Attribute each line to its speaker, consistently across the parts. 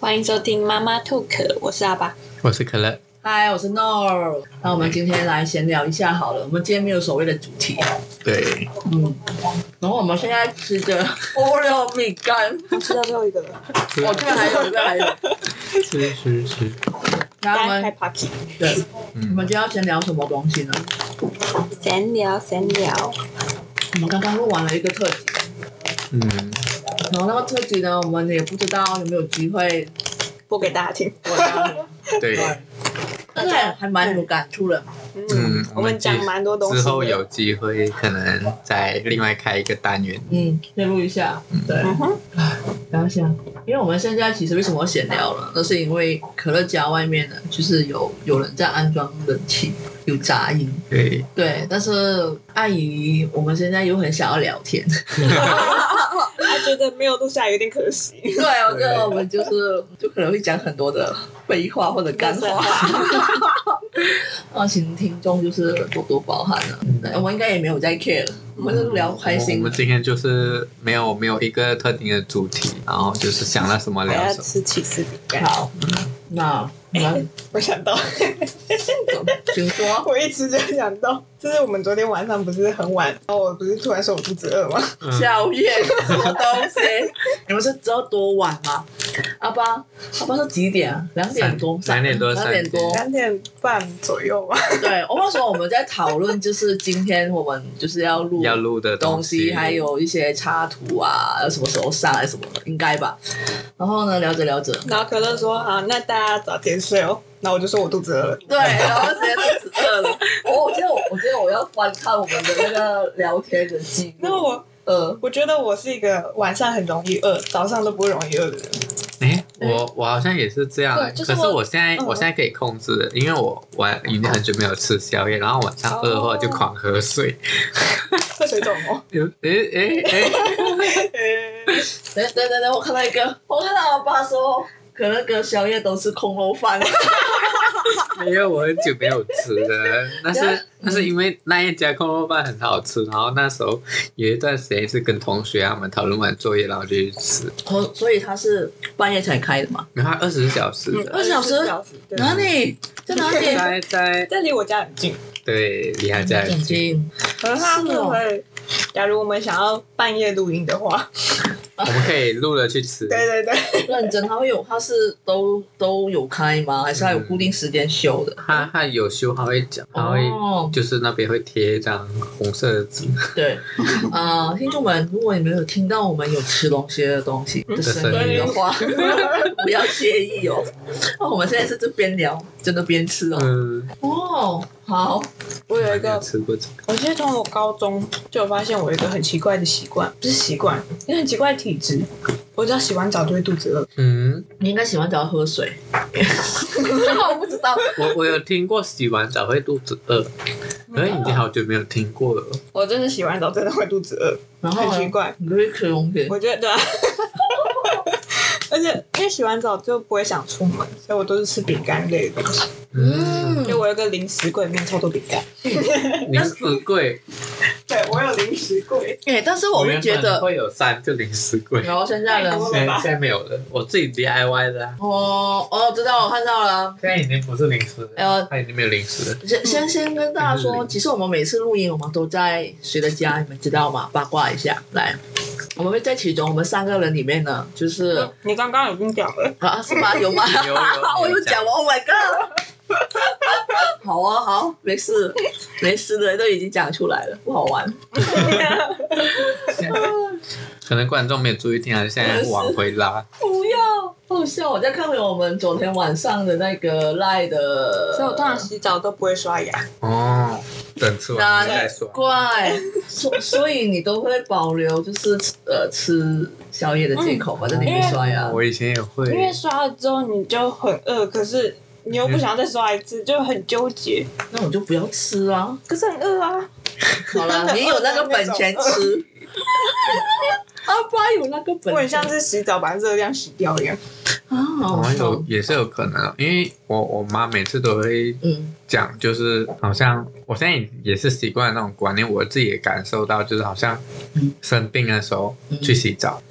Speaker 1: 欢迎收听妈妈 talk，我是阿爸。
Speaker 2: 我是可乐。
Speaker 3: 嗨，我是 No。那我们今天来闲聊一下好了。我们今天没有所谓的主题，
Speaker 2: 对，
Speaker 3: 嗯。然后我们现在吃着 欧料米干，
Speaker 1: 吃到最后一个了，
Speaker 3: 我、哦、这边还有，这边还有。
Speaker 2: 吃吃吃，
Speaker 3: 然后
Speaker 1: 大
Speaker 3: 我
Speaker 1: 家开
Speaker 3: 们
Speaker 1: party，
Speaker 3: 对，我
Speaker 2: 嗯
Speaker 3: 们今天要闲聊什么东西呢？
Speaker 1: 闲聊闲聊，
Speaker 3: 我们刚刚录完了一个特辑，
Speaker 2: 嗯，
Speaker 3: 然后那个特辑呢，我们也不知道有没有机会
Speaker 1: 播给大家听。
Speaker 3: 播到，
Speaker 2: 对，
Speaker 3: 但是还蛮有感触的。
Speaker 2: 嗯，
Speaker 1: 我们讲蛮多东西的
Speaker 2: 之后有机会可能再另外开一个单元。
Speaker 3: 嗯，再录一下，对。
Speaker 1: 嗯哼，
Speaker 3: 聊一下，因为我们现在其实为什么闲聊了，那是因为可乐家外面呢，就是有有人在安装冷气，有杂音。
Speaker 2: 对，
Speaker 3: 对，但是碍于我们现在又很想要聊 天，
Speaker 1: 他觉得没有录下来有点可惜。
Speaker 3: 对，我觉得我们就是就可能会讲很多的废话或者干
Speaker 1: 垃圾
Speaker 3: 话。啊，请听众就是多多包涵了、
Speaker 1: 嗯
Speaker 3: 对我们应该也没有在 care，我们就是聊开
Speaker 2: 我
Speaker 3: 心
Speaker 2: 们
Speaker 3: 的。
Speaker 2: 今天就是没有没有一个特定的主题，然后就是想到什么
Speaker 1: 还
Speaker 2: 聊
Speaker 1: 要
Speaker 2: 什么。
Speaker 1: 吃起司饼干，
Speaker 3: 好，那 我们
Speaker 1: 我想到，
Speaker 3: 请说。
Speaker 1: 我一直就想到，就是我们昨天晚上不是很晚，然后我不是突然说我肚子饿吗？
Speaker 2: 嗯
Speaker 3: 宵夜什么东 西？你们是知道多晚吗？阿巴，阿巴是几点啊？两点多，
Speaker 2: 三两点多
Speaker 3: 两点多。
Speaker 1: 两点半左右吧。
Speaker 3: 对，我那时候我们在讨论，就是今天我们就是要录
Speaker 2: 要录的
Speaker 3: 东
Speaker 2: 西，
Speaker 3: 西，还有一些插图啊，要什么时候上来什么的，应该吧。然后呢，聊着聊着，
Speaker 1: 然后可乐说：“好，那大家早点睡哦。”然后我就说我肚子饿了。
Speaker 3: 对，然后直接肚子饿了。 我我觉得我我觉得我要翻看我们的那个聊天的记
Speaker 1: 然后
Speaker 3: 录。
Speaker 1: 我
Speaker 3: 呃，
Speaker 1: 我觉得我是一个晚上很容易饿，早上都不会容易饿的人。
Speaker 2: 哎，我我好像也是这样
Speaker 1: 对，就是
Speaker 2: 可是
Speaker 1: 我
Speaker 2: 我现在
Speaker 1: 嗯
Speaker 2: 我现在可以控制的，因为我晚已经很久没有吃宵夜，然后晚上饿的话
Speaker 1: 哦
Speaker 2: 就狂喝水。
Speaker 1: 会水肿哦。
Speaker 2: 有诶诶诶，
Speaker 3: 等等等等，我看到一个，我看到我爸说，可乐跟宵夜都是空肉饭。
Speaker 2: 因为我很久没有吃了，但是但是因为那一家空肉饭很好吃，然后那时候有一段时间是跟同学他们讨论完作业，然后就去吃，
Speaker 3: 哦，所以他是半夜才开的嘛？
Speaker 2: 然后二十四小时的，
Speaker 3: 二十小时
Speaker 1: 对
Speaker 3: 哪里？在哪里？
Speaker 2: 在在
Speaker 1: 这离我家很近，
Speaker 2: 对离他家很
Speaker 3: 眼
Speaker 2: 近，
Speaker 3: 睛。
Speaker 1: 可能他们会，假如我们想要半夜录音的 话，
Speaker 2: 我们可以录了去吃，
Speaker 1: 对对对，
Speaker 3: 认真，他会有，他是都都有开吗？还是他有固定时间休的？
Speaker 2: 他他有时候他会讲，他会
Speaker 3: 哦，
Speaker 2: 就是那边会贴一张红色的纸
Speaker 3: 对，啊、听众们，如果你们有听到我们有吃东西的东西
Speaker 1: 嗯
Speaker 3: 的声音的话，不要介意哦。那我们现在是这边聊，真的边吃哦。
Speaker 2: 嗯，
Speaker 3: 哦，好，
Speaker 1: 我有一
Speaker 2: 没有
Speaker 1: 个，
Speaker 2: 吃过这个，
Speaker 1: 我其实从我高中就有发现我有一个很奇怪的习惯，不是习惯，有很奇怪的体质，我只要洗完澡就会肚子饿，
Speaker 2: 嗯，
Speaker 3: 你应该喜欢只要喝水。 我不知道，
Speaker 2: 我我有听过洗完澡会肚子饿，可是已经好久没有听过了，
Speaker 1: 我真的洗完澡真的会肚子饿，
Speaker 3: 然后
Speaker 1: 很
Speaker 3: 呢
Speaker 1: 奇怪，
Speaker 3: 你会吃东西。
Speaker 1: 我觉得对啊。 而且因为洗完澡就不会想出门，所以我都是吃饼干类的东西。
Speaker 2: 嗯，
Speaker 1: 因为我有一个零食柜，里面超多饼干。
Speaker 2: 零食柜，
Speaker 1: 对，我有零食柜。
Speaker 3: 哎、但是我会觉
Speaker 2: 原本
Speaker 3: 得，
Speaker 2: 会有三个零食柜。
Speaker 3: 然后现在呢？
Speaker 2: 现在现在没有了，我自己 DIY 的、啊，
Speaker 3: 哦哦，知道，我看到了。
Speaker 2: 现在已经不是零食了，
Speaker 3: 呃
Speaker 2: 它已经没有零食了。
Speaker 3: 先先先跟
Speaker 2: 嗯
Speaker 3: 大家说，其实我们每次录音，我们都在谁的家，你们知道吗？八卦一下，来，我们会在其中，我们三个人里面呢，就是
Speaker 1: 你刚刚已经讲了，
Speaker 3: 啊，是吗？有吗？
Speaker 2: 有有有
Speaker 3: 我又讲了，Oh my god！好啊，好，没事，没事的，都已经讲出来了，不好玩。
Speaker 2: 可能观众没有注意听，啊，现在往回拉。
Speaker 3: 不要，好笑！我在看回我们昨天晚上的那个赖 的，
Speaker 1: 所以我通常洗澡都不会刷牙。
Speaker 2: 哦，等吃完再说。
Speaker 3: 怪，所 所以你都会保留就是呃吃宵夜的借口，反正你没刷牙。
Speaker 2: 我以前也会，
Speaker 1: 因为刷了之后你就很饿，可是你又不想再刷一次，就很纠结。
Speaker 3: 那我就不要吃 啊！
Speaker 1: 可是很饿啊，
Speaker 3: 好了，你有那个本钱吃。 阿爸有那个
Speaker 1: 我很
Speaker 3: 本钱
Speaker 1: 像是洗澡把热量洗掉一样。
Speaker 3: 啊，好
Speaker 2: 我
Speaker 3: 笑
Speaker 2: 有。也是有可能，啊因为我我妈每次都会
Speaker 3: 嗯，
Speaker 2: 讲，就是好像我现在也是习惯那种观念，我自己也感受到，就是好像
Speaker 3: 嗯
Speaker 2: 生病的时候
Speaker 3: 嗯
Speaker 2: 去洗澡，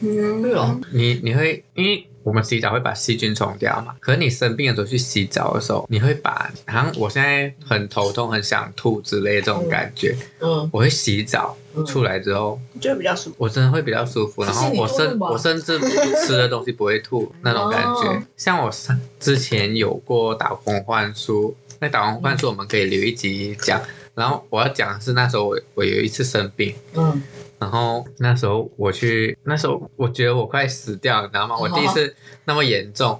Speaker 1: 嗯
Speaker 3: 对哦，
Speaker 2: 你你会因为我们洗澡会把细菌冲掉嘛。可是你生病的时候去洗澡的时候，你会把好像我现在很头痛、很想吐之类的这种感觉，
Speaker 3: 嗯，
Speaker 2: 我会洗澡
Speaker 3: 嗯
Speaker 2: 出来之后，
Speaker 1: 就会比较舒服。
Speaker 2: 我真的会比较舒服，然
Speaker 3: 是
Speaker 2: 后
Speaker 3: 你
Speaker 2: 我
Speaker 3: 多
Speaker 2: 甚
Speaker 3: 了吧
Speaker 2: 我甚至吃的东西不会吐那种感
Speaker 3: 哦
Speaker 2: 觉。像我上之前有过打工换书，那打工换书我们可以留一集讲。然后我要讲的是那时候我我有一次生病，
Speaker 3: 嗯，
Speaker 2: 然后那时候我去，那时候我觉得我快死掉了，你知道吗？我第一次那么严重，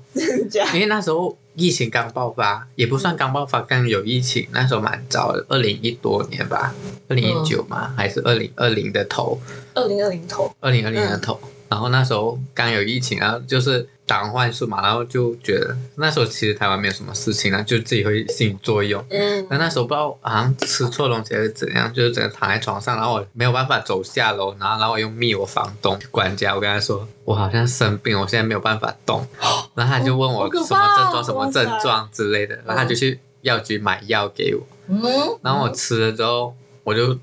Speaker 1: 这样
Speaker 2: 因为那时候疫情刚爆发，也不算刚爆发，刚有疫情，那时候蛮早的，二零一多年吧，二零一九嘛，还是二零二零的头，
Speaker 1: 二零二零头，
Speaker 2: 二零二零的头。然后那时候刚有疫情，然后就是打完幻术嘛，然后就觉得那时候其实台湾没有什么事情啊，就自己会心理作用。
Speaker 1: 嗯
Speaker 2: 但那时候不知道好像吃错东西还是怎样，就是整个躺在床上，然后我没有办法走下楼，然后然后我又密我房东管家，我跟他说我好像生病，我现在没有办法动，然后他就问
Speaker 3: 好
Speaker 2: 我
Speaker 3: 可
Speaker 2: 什么
Speaker 3: 怕
Speaker 2: 症
Speaker 3: 哦
Speaker 2: 状什么
Speaker 1: 哇塞
Speaker 2: 症状之类的，然后他就去药局买药给我，
Speaker 3: 嗯，
Speaker 2: 然后我吃了之后我就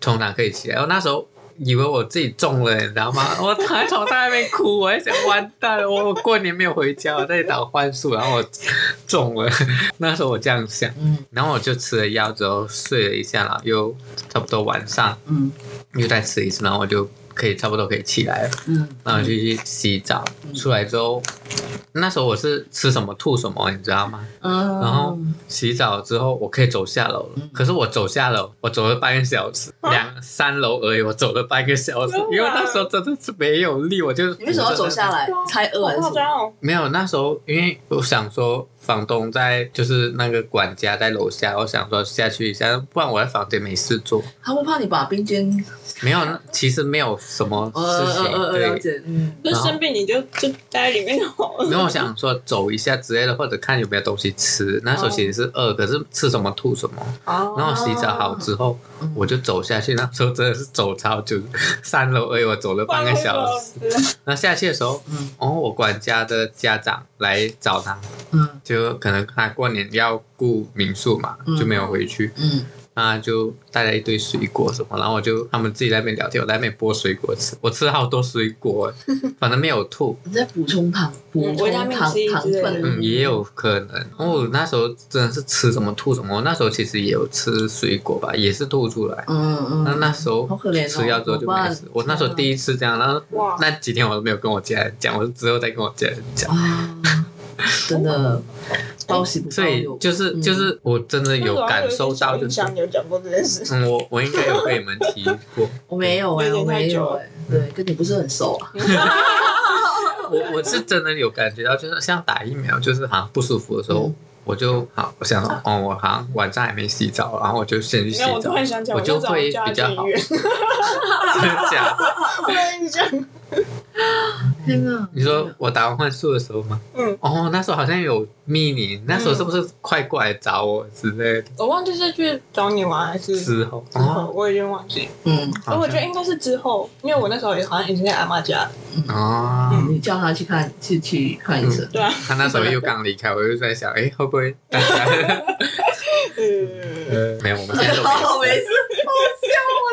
Speaker 2: 从床可以起来，我那时候。以为我自己中了，你知道吗？我躺在床上那边哭，我在想完蛋了，我我过年没有回家，我在打幻术，然后我中了。 那时候我这样想，
Speaker 3: 嗯
Speaker 2: 然后我就吃了药之后睡了一下啦，又差不多晚上
Speaker 3: 嗯
Speaker 2: 又再吃一次，然后我就可以差不多可以起来了，
Speaker 3: 嗯，
Speaker 2: 然后就去洗澡。
Speaker 3: 嗯
Speaker 2: 出来之后，那时候我是吃什么吐什么，你知道吗？
Speaker 3: 嗯，
Speaker 2: 然后洗澡之后我可以走下楼了
Speaker 3: 嗯，
Speaker 2: 可是我走下楼，我走了半个小时，两三楼而已，我走了半个小时
Speaker 1: 真的，啊
Speaker 2: 因为那时候真的是没有力，我就
Speaker 3: 你为什么要走下来？太饿
Speaker 1: 好
Speaker 3: 还是
Speaker 1: 夸
Speaker 3: 什么？
Speaker 1: 张哦！
Speaker 2: 没有，那时候因为我想说房东在，就是那个管家在楼下，我想说下去一下，不然我在房间没事做。
Speaker 3: 他不怕你把冰坚，
Speaker 2: 没有，那其实没有什么
Speaker 3: 呃
Speaker 2: 事
Speaker 3: 呃
Speaker 2: 情，
Speaker 3: 呃呃，了
Speaker 2: 对。
Speaker 3: 解，嗯
Speaker 1: 就生病你就就待在里面就好了。
Speaker 2: 然后我想说走一下之类的，或者看有没有东西吃。那时候其实是饿，可是吃什么吐什么。
Speaker 1: 哦
Speaker 2: 然后洗澡好之后，
Speaker 3: 嗯
Speaker 2: 我就走下去。那时候真的是走超久，三楼哎而已，我走了半个小时。
Speaker 1: 时，
Speaker 2: 那下去的时候，
Speaker 3: 嗯
Speaker 2: 然后我管家的家长来找他，
Speaker 3: 嗯
Speaker 2: 就可能他过年要顾民宿嘛，
Speaker 3: 嗯
Speaker 2: 就没有回去，
Speaker 3: 嗯，
Speaker 2: 那就带了一堆水果什么，然后我就他们自己在那边聊天，我在那边剥水果吃，我吃了好多水 果，反正没有吐，
Speaker 3: 你在补充糖，补充
Speaker 1: 维他
Speaker 3: 糖
Speaker 1: 命
Speaker 3: 糖
Speaker 1: C 之类的
Speaker 3: 分，
Speaker 2: 嗯，也有可能。然后我那时候真的是吃什么吐什么，我那时候其实也有吃水果吧，也是吐出来。
Speaker 3: 嗯，嗯嗯，
Speaker 2: 那那时候
Speaker 3: 好可怜哦
Speaker 2: 吃药之后就没事
Speaker 3: 怎么办。
Speaker 2: 我那时候第一次这样，然后
Speaker 1: 哇
Speaker 2: 那几天我都没有跟我家人讲，我是之后再跟我家人讲。
Speaker 3: 啊，真的报喜不报
Speaker 2: 所以
Speaker 3: 忧，
Speaker 2: 就是
Speaker 3: 嗯
Speaker 2: 就是我真的有感受到，就是
Speaker 1: 想有讲过这件事，
Speaker 2: 嗯，我我应该有跟你们提过，
Speaker 3: 我没有哎，
Speaker 1: 有
Speaker 3: 我
Speaker 1: 点太
Speaker 3: 没
Speaker 1: 久
Speaker 3: 有
Speaker 1: 了
Speaker 3: 哎，
Speaker 2: 嗯
Speaker 3: 对，跟你不是很熟啊，
Speaker 2: 我我是真的有感觉到，就是像打疫苗，就是好像不舒服的时候，
Speaker 3: 嗯
Speaker 2: 我就好，我想说，哦，我好像晚上还没洗澡，然后我就先去洗
Speaker 1: 没有，我突
Speaker 2: 澡，
Speaker 1: 然 想起来，
Speaker 2: 我就
Speaker 1: 早上
Speaker 2: 会
Speaker 1: 叫他
Speaker 2: 比较
Speaker 1: 进医
Speaker 2: 好
Speaker 1: 院
Speaker 2: 真的假的？
Speaker 1: 我跟你讲，
Speaker 3: 天
Speaker 1: 啊
Speaker 3: 哪，
Speaker 2: 你说我打完幻术的时候吗？
Speaker 1: 嗯，
Speaker 2: 哦，那时候好像有密你，那时候是不是快过来找我之类的？
Speaker 1: 我忘记是去找你玩还嗯是之
Speaker 2: 之后
Speaker 1: 后，
Speaker 2: 哦，
Speaker 1: 我已经忘记。
Speaker 3: 嗯，
Speaker 1: 而
Speaker 2: 好
Speaker 1: 我觉得
Speaker 2: 像
Speaker 1: 应该是之后，因为我那时候也好像已经在阿妈家，
Speaker 2: 哦，
Speaker 1: 嗯
Speaker 3: 你叫他去看，去去看医生，
Speaker 1: 对 啊，
Speaker 2: 他那时候又刚离开，我就在想，哎，会不会大家？
Speaker 1: 呃，
Speaker 2: 呃，没有，我们现在都没
Speaker 3: 好
Speaker 1: 哦
Speaker 2: 事
Speaker 3: 没事，好笑啊，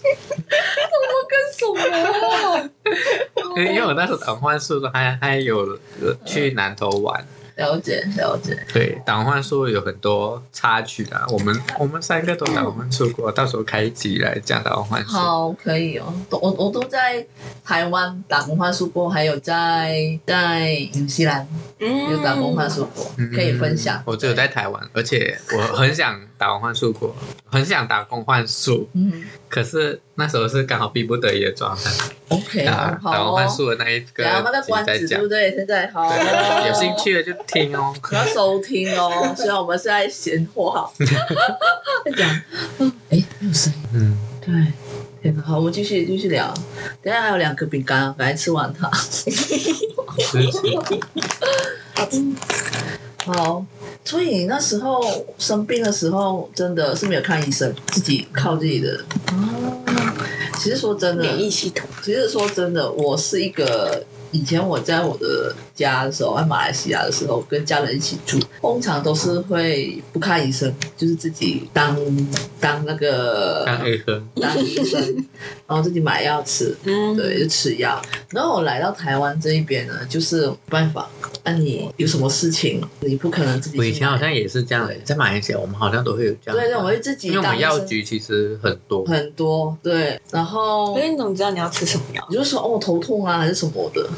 Speaker 3: 你们我们跟什么？
Speaker 2: 因为因为我那时候打完幻术的时候还还有呃去南头玩。
Speaker 3: 了解了解，
Speaker 2: 对，党幻术有很多插曲的、我们我们三个都党幻术过，到时候开一集来讲党幻术。
Speaker 3: 好，可以哦。都我我都在台湾打工换宿过，还有在在新西兰
Speaker 1: 嗯
Speaker 3: 有打工换宿过，
Speaker 2: 嗯
Speaker 3: 可以分享。
Speaker 2: 我只有在台湾，而且我很想打完幻术过，很想打工幻术，
Speaker 3: 嗯
Speaker 2: 可是那时候是刚好逼不得已的状态。
Speaker 3: ，OK，
Speaker 2: 打
Speaker 3: 好
Speaker 2: 打完
Speaker 3: 哦
Speaker 2: 幻。术的那一个
Speaker 3: 然后那个
Speaker 2: 集
Speaker 3: 关
Speaker 2: 再
Speaker 3: 子对
Speaker 2: 讲
Speaker 3: 不，对？现在好，
Speaker 2: 对，有兴趣的就听哦。
Speaker 3: 你要收听哦。虽然我们是在闲话，在讲，嗯，哎，没有声音。
Speaker 2: 嗯，
Speaker 3: 对，天哪，好，我们继续继续聊。等一下还有两个饼干，赶快吃完它。
Speaker 2: 是是
Speaker 3: 好，所以你那时候生病的时候，真的是没有看医生，自己靠自己的。哦，其实说真的，
Speaker 1: 免疫系统，
Speaker 3: 其实说真的，我是一个以前我在我的家的时候，在马来西亚的时候，跟家人一起住，通常都是会不看医生，就是自己当当那个
Speaker 2: 当 A 喝，
Speaker 3: 当医生，然后自己买药吃，
Speaker 1: 嗯，
Speaker 3: 对，就吃药。然后我来到台湾这一边呢，就是没办法，那、你有什么事情，你不可能自己去
Speaker 2: 我
Speaker 3: 买。
Speaker 2: 以前好像也是这样的，在马来西亚我们好像都会有这样的，
Speaker 3: 对对，我会自己
Speaker 2: 因为我
Speaker 3: 当
Speaker 2: 们
Speaker 3: 医
Speaker 2: 药
Speaker 3: 生
Speaker 2: 局其实很多，
Speaker 3: 很多，对，然后
Speaker 1: 所以你怎么知道你要吃什么药？
Speaker 3: 你就说哦头痛啊还是什么的，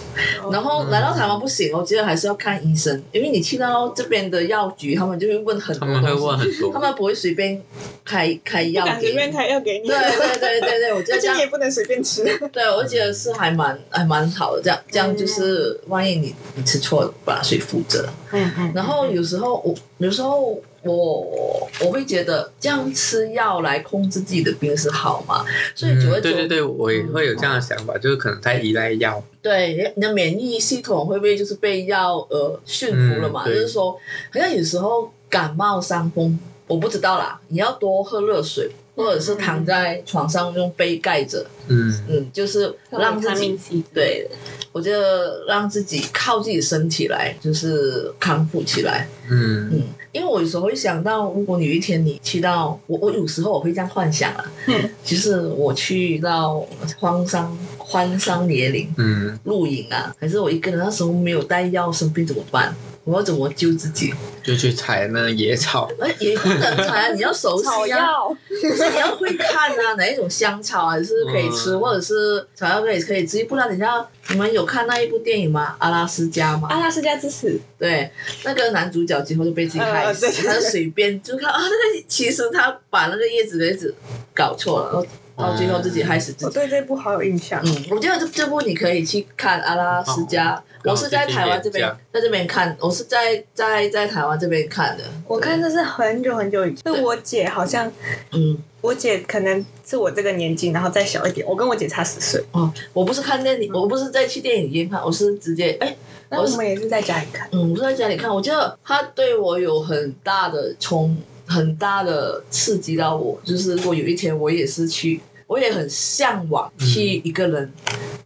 Speaker 3: 然后
Speaker 2: 嗯
Speaker 3: 来到台湾不行，我记得还是要看医生，因为你去到这边的药局，他们就会问很
Speaker 2: 他
Speaker 3: 多
Speaker 2: 们会
Speaker 3: 东西，
Speaker 2: 问很多，
Speaker 3: 他们不会随便开开
Speaker 1: 不
Speaker 3: 药
Speaker 1: 敢随
Speaker 3: 给你。
Speaker 1: 便开药给 你，
Speaker 3: 对对对对对，我觉
Speaker 1: 而
Speaker 3: 得这
Speaker 1: 且
Speaker 3: 样
Speaker 1: 你 也不能随便吃。
Speaker 3: 对，我觉得是还蛮还蛮好的，
Speaker 1: 嗯
Speaker 3: 这样这样就是万一你你吃错了，把谁负责？
Speaker 1: 嗯嗯
Speaker 3: 然后有时候我有时候我我会觉得这样吃药来控制自己的病是好嘛，所以久而
Speaker 2: 嗯
Speaker 3: 久
Speaker 2: 对对对，我也会有这样的想法，就是可能太依赖药，
Speaker 3: 对，你的免疫系统会不会就是被药呃驯服了嘛？
Speaker 2: 嗯对
Speaker 3: 就是说，好像有时候感冒伤风，我不知道啦，你要多喝热水，或者是躺在床上用被盖着，
Speaker 2: 嗯，
Speaker 3: 嗯，就是让自己
Speaker 1: C，
Speaker 3: 对，我觉得让自己靠自己身体来，就是康复起来。
Speaker 2: 嗯，
Speaker 3: 嗯，因为我有时候会想到，如果你有一天你去到我，我有时候我会这样幻想啊，
Speaker 1: 嗯
Speaker 3: 就是我去到荒山荒山野岭。
Speaker 2: 嗯，
Speaker 3: 露营啊，还是我一个人那时候没有带药生病怎么办？我要怎么救自己？
Speaker 2: 就去采那野草，
Speaker 3: 哎，也不能采啊，你要 熟
Speaker 1: 草
Speaker 3: 悉啊，
Speaker 1: 药，
Speaker 3: 就是你要会看啊，哪一种香草还是可以吃，
Speaker 2: 嗯
Speaker 3: 或者是草药可以可以吃。不然等一下你们有看那一部电影吗？阿拉斯加吗？
Speaker 1: 阿拉斯加之死，
Speaker 3: 对，那个男主角最后就被自己害死，
Speaker 1: 呃对
Speaker 3: 他就随便就看啊，那个其实他把那个叶子的叶子搞错了，然后到最后自己害死自
Speaker 1: 我
Speaker 3: 己。
Speaker 1: 对这部好有印象。
Speaker 3: 嗯，我觉得这这部你可以去看阿拉斯加，
Speaker 2: 哦
Speaker 3: 我是在台湾这边
Speaker 2: 刚好，
Speaker 3: 在这边看，我是在在在台湾这边看的。
Speaker 1: 我看
Speaker 3: 对
Speaker 1: 这是很久很久以前，是我姐好像，
Speaker 3: 嗯，
Speaker 1: 我姐可能是我这个年纪，然后再小一点，我跟我姐差十岁，
Speaker 3: 哦，我不是看电
Speaker 2: 嗯
Speaker 3: 影，我不是在去电影院看，我是直接哎，
Speaker 1: 那
Speaker 3: 我
Speaker 1: 我
Speaker 3: 是
Speaker 1: 们也是在家里看。
Speaker 3: 嗯，我是在家里看。我觉得他对我有很大的冲，很大的刺激到我。就是如果有一天我也是去，我也很向往去一个人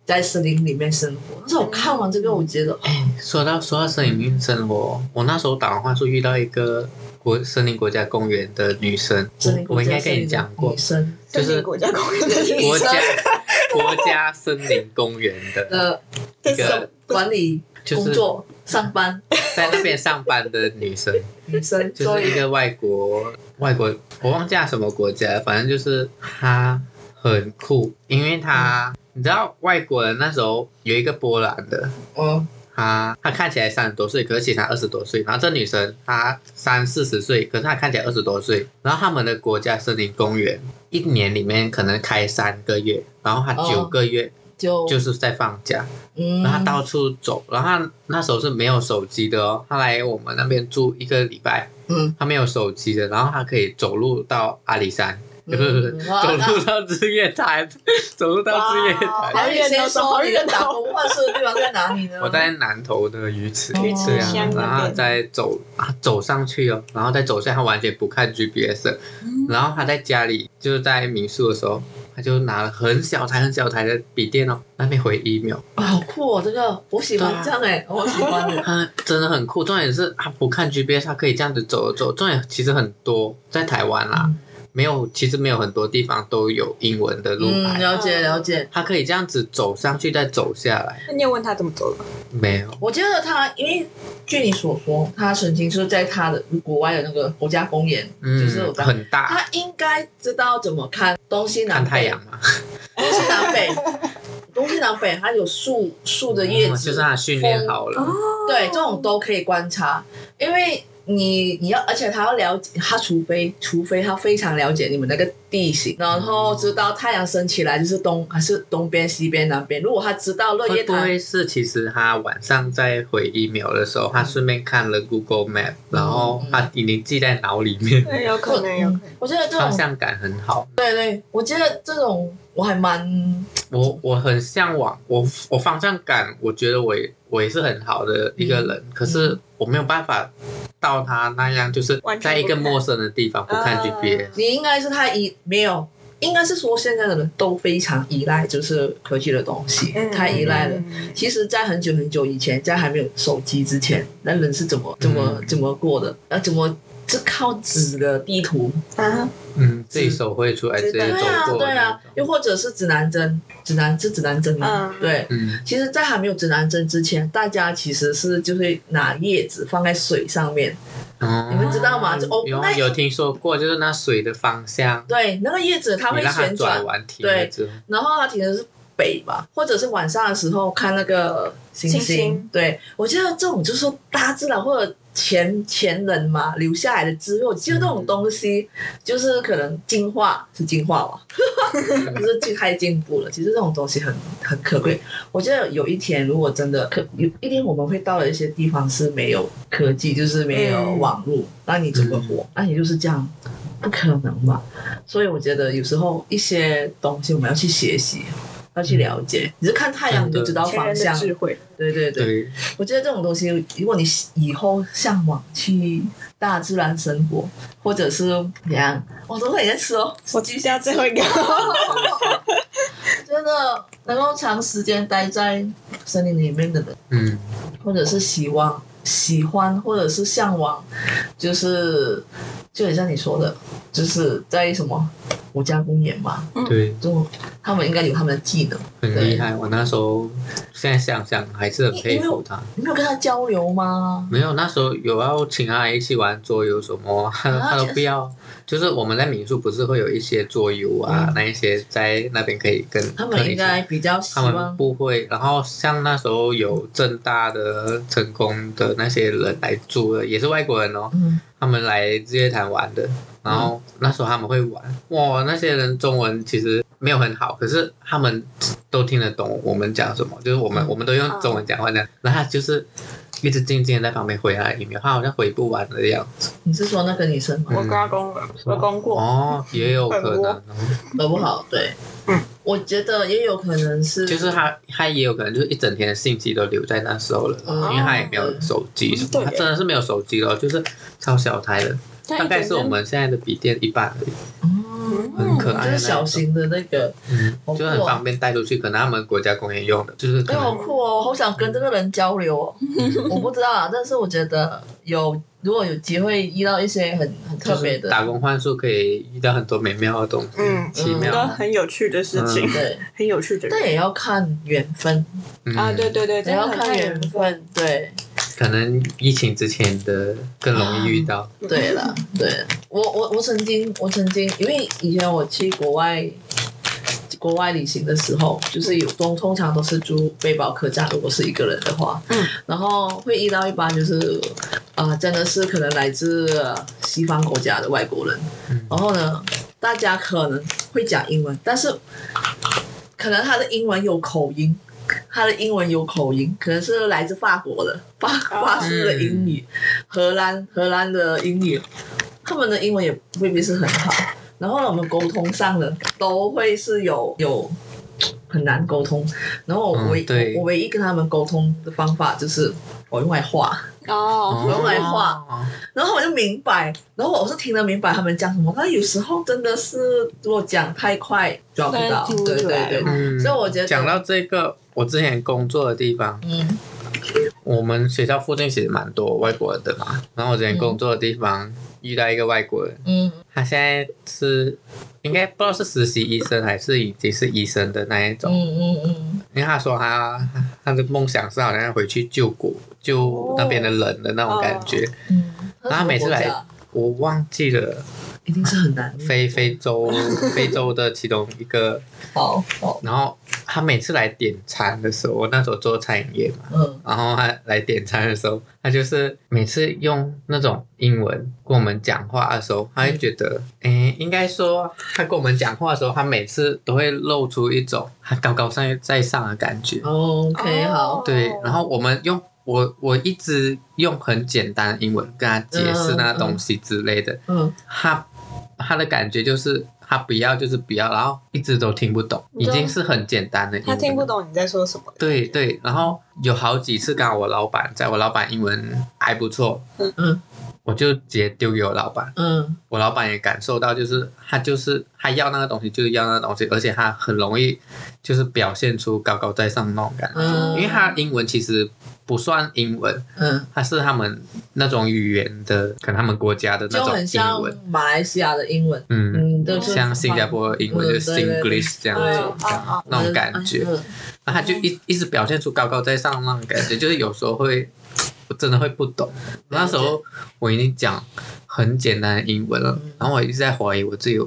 Speaker 3: 在森林里面生活。但是我看完
Speaker 2: 嗯
Speaker 3: 这个，我觉得哦
Speaker 2: 哎说到说到森林里面生活，我那时候打完幻术遇到一个国森林国家公园的女生，
Speaker 3: 森林
Speaker 2: 我
Speaker 3: 国
Speaker 2: 我应
Speaker 3: 家
Speaker 2: 该
Speaker 3: 森
Speaker 2: 跟
Speaker 3: 林
Speaker 2: 你
Speaker 3: 的
Speaker 2: 讲过
Speaker 3: 女，生
Speaker 2: 就
Speaker 1: 森
Speaker 2: 是
Speaker 1: 林国家公园的女
Speaker 2: 国
Speaker 1: 生
Speaker 2: 家 国家森林公园 的，
Speaker 3: 的
Speaker 1: 这
Speaker 2: 一
Speaker 1: 是
Speaker 2: 个
Speaker 1: 什么
Speaker 3: 管理
Speaker 2: 就
Speaker 3: 工
Speaker 2: 是
Speaker 3: 作、上班
Speaker 2: 在那边上班的女生，
Speaker 3: 女生，
Speaker 2: 就
Speaker 3: 所
Speaker 2: 是
Speaker 3: 以
Speaker 2: 一个外国外国，我忘记她什么国家，反正就是她很酷，因为她、你知道外国人那时候有一个波兰的，
Speaker 3: 嗯
Speaker 2: 她她看起来三十多岁，可是其实她二十多岁。然后这女生她三四十岁，可是她看起来二十多岁。然后他们的国家森林公园一年里面可能开三个月，然后她
Speaker 3: 哦
Speaker 2: 九个月
Speaker 3: 就
Speaker 2: 就是在放假，
Speaker 3: 嗯，
Speaker 2: 然后她到处走。然后她那时候是没有手机的哦，她来我们那边住一个礼拜，
Speaker 3: 嗯，
Speaker 2: 她没有手机的，然后她可以走路到阿里山，不
Speaker 3: 嗯
Speaker 2: 是不是，
Speaker 3: 哇
Speaker 2: 走路到日月潭， 走路到日月潭。
Speaker 3: 还有一些说你的打工换宿的地方在哪里 呢？
Speaker 2: 我在南头的鱼池，
Speaker 3: 鱼池
Speaker 2: 对啊
Speaker 1: 乡，那
Speaker 2: 然后
Speaker 1: 边
Speaker 2: 再走啊走上去哦，然后再走下，他完全不看 GPS，的
Speaker 1: 嗯
Speaker 2: 然后他在家里就是在民宿的时候，他就拿了很小台很小台的笔电哦，那边回 email，
Speaker 3: 啊好酷哦，这个我喜
Speaker 2: 啊
Speaker 3: 欢这样哎，我喜 欢的。
Speaker 2: 他真的很酷。重点是他不看 GPS，他可以这样子走走。重点其实很多在台湾
Speaker 3: 嗯
Speaker 2: 啦，没有其实没有很多地方都有英文的路
Speaker 3: 嗯，
Speaker 2: 牌，
Speaker 3: 了解了解。
Speaker 2: 他可以这样子走上去再走下来，
Speaker 1: 那你有问他怎么走的吗？
Speaker 2: 没有。
Speaker 3: 我觉得他，因为据你所说，他曾经是在他的国外的那个国家公园，
Speaker 2: 嗯，
Speaker 3: 就是我在
Speaker 2: 很大，
Speaker 3: 他应该知道怎么看东西南
Speaker 2: 看
Speaker 3: 北
Speaker 2: 太阳嘛。
Speaker 3: 东西南北，东西南北，它有树树的叶
Speaker 2: 嗯
Speaker 3: 子，
Speaker 2: 就是他训练好了，
Speaker 1: 哦
Speaker 3: 对，这种都可以观察，因为你你要，而且他要了解，他除非除非他非常了解你们那个地形，然后知道太阳升起来就是东还是东边、西边、南边。如果他知道日
Speaker 2: 会
Speaker 3: 月
Speaker 1: 哦
Speaker 2: 不
Speaker 3: 潭，
Speaker 2: 会是其实他晚上在回 email 的时候，他顺便看了 Google Map，然
Speaker 3: 嗯
Speaker 2: 后他已经记在脑里面，
Speaker 1: 对，有可能，有可能。
Speaker 3: 我觉得这
Speaker 2: 方
Speaker 3: 种
Speaker 2: 向感很好。
Speaker 3: 对对，我觉得这种我还蛮
Speaker 2: 我我很向往，我我方向感，我觉得我也我也是很好的一个人，
Speaker 3: 嗯
Speaker 2: 可是我没有办法到他那样，就是
Speaker 1: 完全
Speaker 2: 在一个
Speaker 1: 不看
Speaker 2: 陌生的地方不看
Speaker 1: 啊
Speaker 2: GPS。
Speaker 3: 你应该是他一没有应该是说现在的人都非常依赖就是科技的东西，
Speaker 1: 嗯
Speaker 3: 太依赖了。
Speaker 1: 嗯
Speaker 3: 其实，在很久很久以前，在还没有手机之前，那人是怎么怎么
Speaker 2: 嗯
Speaker 3: 怎么过的？呃，怎么是靠纸的地图？
Speaker 1: 啊，
Speaker 2: 嗯，自己手绘出来，
Speaker 1: 知
Speaker 2: 直
Speaker 1: 道
Speaker 2: 接
Speaker 3: 对
Speaker 2: 走
Speaker 3: 啊，
Speaker 2: 过
Speaker 3: 对
Speaker 2: 的那
Speaker 3: 啊
Speaker 2: 种，，
Speaker 3: 又或者是指南针，指南是指南针吗？
Speaker 1: 嗯
Speaker 3: 对。
Speaker 2: 嗯
Speaker 3: 其实，在还没有指南针之前，大家其实是就会拿叶子放在水上面，
Speaker 2: 哦，
Speaker 3: 你们知道吗就哦
Speaker 2: 有
Speaker 3: 那
Speaker 2: 有听说过，就是那水的方向，
Speaker 3: 对，那个叶子它
Speaker 2: 你
Speaker 3: 会
Speaker 2: 让它
Speaker 3: 旋转
Speaker 2: 转，完停了之后，
Speaker 3: 然后它停的是北吧，或者是晚上的时候看那个星
Speaker 1: 星星
Speaker 3: 对，我记得这种就是说大自然或者前前人嘛留下来的智慧，我记得这种东西
Speaker 1: 嗯
Speaker 3: 就是可能进化是进化吧， 就是进太进步了。其实这种东西很很可贵。我觉得有一天如果真的可有一天我们会到了一些地方是没有科技，就是没有
Speaker 1: 嗯
Speaker 3: 网络，那你怎么活？那你就是这样。不可能嘛！所以我觉得有时候一些东西我们要去学习，要去了解。你是看太阳你就知道
Speaker 1: 前
Speaker 3: 方
Speaker 1: 人的
Speaker 3: 向，
Speaker 1: 智慧，
Speaker 3: 对对对。
Speaker 2: 对，
Speaker 3: 我觉得这种东西，如果你以后向往去大自然生活，或者是怎样，我都很在吃哦。
Speaker 1: 我记下最后一个，
Speaker 3: 真的能够长时间待在森林里面的人，
Speaker 2: 嗯
Speaker 3: 或者是希望、喜欢，或者是向往，就是就很像你说的，就是在什么国家公园嘛，
Speaker 2: 对，
Speaker 3: 就他们应该有他们的技能。
Speaker 2: 很
Speaker 3: 对
Speaker 2: 厉害。我那时候现在想想还是很佩服他。
Speaker 3: 你没有跟他交流吗？
Speaker 2: 没有，那时候有要请他一起玩桌游什么，他
Speaker 3: 啊
Speaker 2: 他都
Speaker 3: 就是
Speaker 2: 不要。就是我们在民宿不是会有一些桌游啊，
Speaker 3: 嗯
Speaker 2: 那一些在那边可以跟
Speaker 3: 他
Speaker 2: 可
Speaker 3: 们
Speaker 2: 以
Speaker 3: 应该比较希
Speaker 2: 他们
Speaker 3: 望，
Speaker 2: 不会。然后像那时候有正大的成功的那些人来住的，也是外国人哦，
Speaker 3: 嗯，
Speaker 2: 他们来日月潭玩的。然后那时候他们会玩，哇，那些人中文其实没有很好，可是他们都听得懂我们讲什么，就是我们我们都用中文讲话这样。然后他就是一直静静地在旁边回他的 email，他好像回不完的样子。
Speaker 3: 你是说那个女生吗？
Speaker 1: 我刮公了，我公过，
Speaker 2: 嗯哦，也有可能哦，
Speaker 3: 搞不好，对，
Speaker 1: 嗯，
Speaker 3: 我觉得也有可能是，
Speaker 2: 就是他他也有可能就是一整天的信息都留在那时候了。
Speaker 3: 嗯
Speaker 2: 因为他也没有手机
Speaker 1: 嗯，对
Speaker 2: 他真的是没有手机了，就是超小台的，大概是我们现在的笔电一半而已，
Speaker 3: 嗯，
Speaker 2: 很可爱
Speaker 3: 就
Speaker 2: 的
Speaker 3: 是
Speaker 2: 那
Speaker 3: 小
Speaker 2: 种，
Speaker 3: 型的那个，
Speaker 2: 嗯
Speaker 3: 好，酷哦
Speaker 2: 就很方便带出去，可能他们国家公园用的，就是可
Speaker 3: 哎，好
Speaker 2: 能嗯
Speaker 3: 酷哦，我好想跟这个人交流哦，我不知道啊，但是我觉得有，如果有机会遇到一些很很
Speaker 2: 就
Speaker 3: 特别
Speaker 2: 是
Speaker 3: 的，
Speaker 2: 打工换宿可以遇到很多美妙的东西，
Speaker 1: 嗯
Speaker 2: 奇
Speaker 1: 很多
Speaker 2: 妙
Speaker 1: 很有趣的事情，
Speaker 3: 对，
Speaker 1: 很有趣的
Speaker 3: 但
Speaker 1: 人
Speaker 3: 也要看缘分，
Speaker 2: 嗯
Speaker 1: 啊，对，对对，
Speaker 3: 也
Speaker 1: 真的
Speaker 3: 要
Speaker 1: 很
Speaker 3: 看缘
Speaker 1: 人。
Speaker 3: 分，对。
Speaker 2: 可能疫情之前的更容易遇到，
Speaker 3: 对了，对我我我曾经我曾经，因为以前我去国外国外旅行的时候，就是有通通常都是住背包客栈，如果是一个人的话，
Speaker 1: 嗯，
Speaker 3: 然后会遇到一般就是呃，真的是可能来自呃西方国家的外国人，
Speaker 2: 嗯
Speaker 3: 然后呢，大家可能会讲英文，但是可能他的英文有口音。他的英文有口音，可能是来自法国的法法式的英语，荷兰荷兰的英语，他们的英文也未必是很好。然后呢，我们沟通上呢，都会是有有很难沟通。然后我
Speaker 2: 嗯
Speaker 3: 唯、
Speaker 2: 对
Speaker 3: 我唯一跟他们沟通的方法就是哦我用外话，
Speaker 2: 嗯
Speaker 1: 哦，
Speaker 3: 我买画
Speaker 2: 哦，
Speaker 3: 然后我就明白，然后我是听得明白他们讲什么。但有时候真的是如果讲太快抓不到，
Speaker 1: 对
Speaker 3: 对对对
Speaker 1: 对。
Speaker 2: 嗯，
Speaker 3: 所以我觉得
Speaker 2: 讲到这个，我之前工作的地方，
Speaker 3: 嗯
Speaker 2: 我们学校附近其实蛮多外国人的嘛，然后我之前工作的地方遇到一个外国人，
Speaker 3: 嗯
Speaker 2: 他现在是应该不知道是实习医生还是已经是医生的那一
Speaker 3: 嗯
Speaker 2: 种，
Speaker 3: 嗯嗯
Speaker 2: 因为他说他他的梦想是好像要回去救国救那边的人的那种感觉，
Speaker 3: 嗯，
Speaker 2: 然后他每次来
Speaker 3: 那什么国家
Speaker 2: 我忘记了
Speaker 3: 一定是很难
Speaker 2: 非非洲非洲的其中一个，
Speaker 3: 好好
Speaker 2: 然后他每次来点餐的时候，我那时候做餐饮业嘛，
Speaker 3: 嗯
Speaker 2: 然后他来点餐的时候，他就是每次用那种英文跟我们讲话的时候，他会觉得，诶，应该说他跟我们讲话的时候，他每次都会露出一种他高高在在上的感觉。
Speaker 3: ，OK 好
Speaker 1: 哦，
Speaker 2: 对，然后我们用我我一直用很简单的英文跟他解释那东西之类的，
Speaker 3: 嗯
Speaker 2: 他他的感觉就是他不要就是不要，然后一直都听不懂，
Speaker 1: 你
Speaker 2: 已
Speaker 1: 知道
Speaker 2: 经是很简单的英
Speaker 1: 他
Speaker 2: 文。
Speaker 1: 听不懂你在说什么。
Speaker 2: 对对，然后有好几次刚好我老板在我老板英文还不错，
Speaker 3: 嗯，
Speaker 2: 我就直接丢给我老板，
Speaker 3: 嗯
Speaker 2: 我老板也感受到，就是他就是他要那个东西就是要那个东西，而且他很容易就是表现出高高在上那种感觉，
Speaker 3: 嗯，
Speaker 2: 因为他英文其实不算英文，
Speaker 3: 嗯，
Speaker 2: 他是他们那种语言的，可能他们国家的那
Speaker 3: 就
Speaker 2: 种
Speaker 3: 很
Speaker 2: 英
Speaker 3: 像
Speaker 2: 文，
Speaker 3: 马来西亚的英文，
Speaker 2: 嗯，
Speaker 3: 嗯，对，就是
Speaker 2: 像新加坡的英文就
Speaker 3: 嗯对对对
Speaker 2: Singlish 这样
Speaker 1: 对
Speaker 2: 子
Speaker 3: 嗯，
Speaker 1: 啊啊，
Speaker 2: 那种感觉
Speaker 3: 嗯
Speaker 2: 那他就一一直表现出高高在上那种感觉，就是有时候会，我真的会不懂。那时候我已经讲很简单的英文了
Speaker 3: 嗯，
Speaker 2: 然后我一直在怀疑我自己，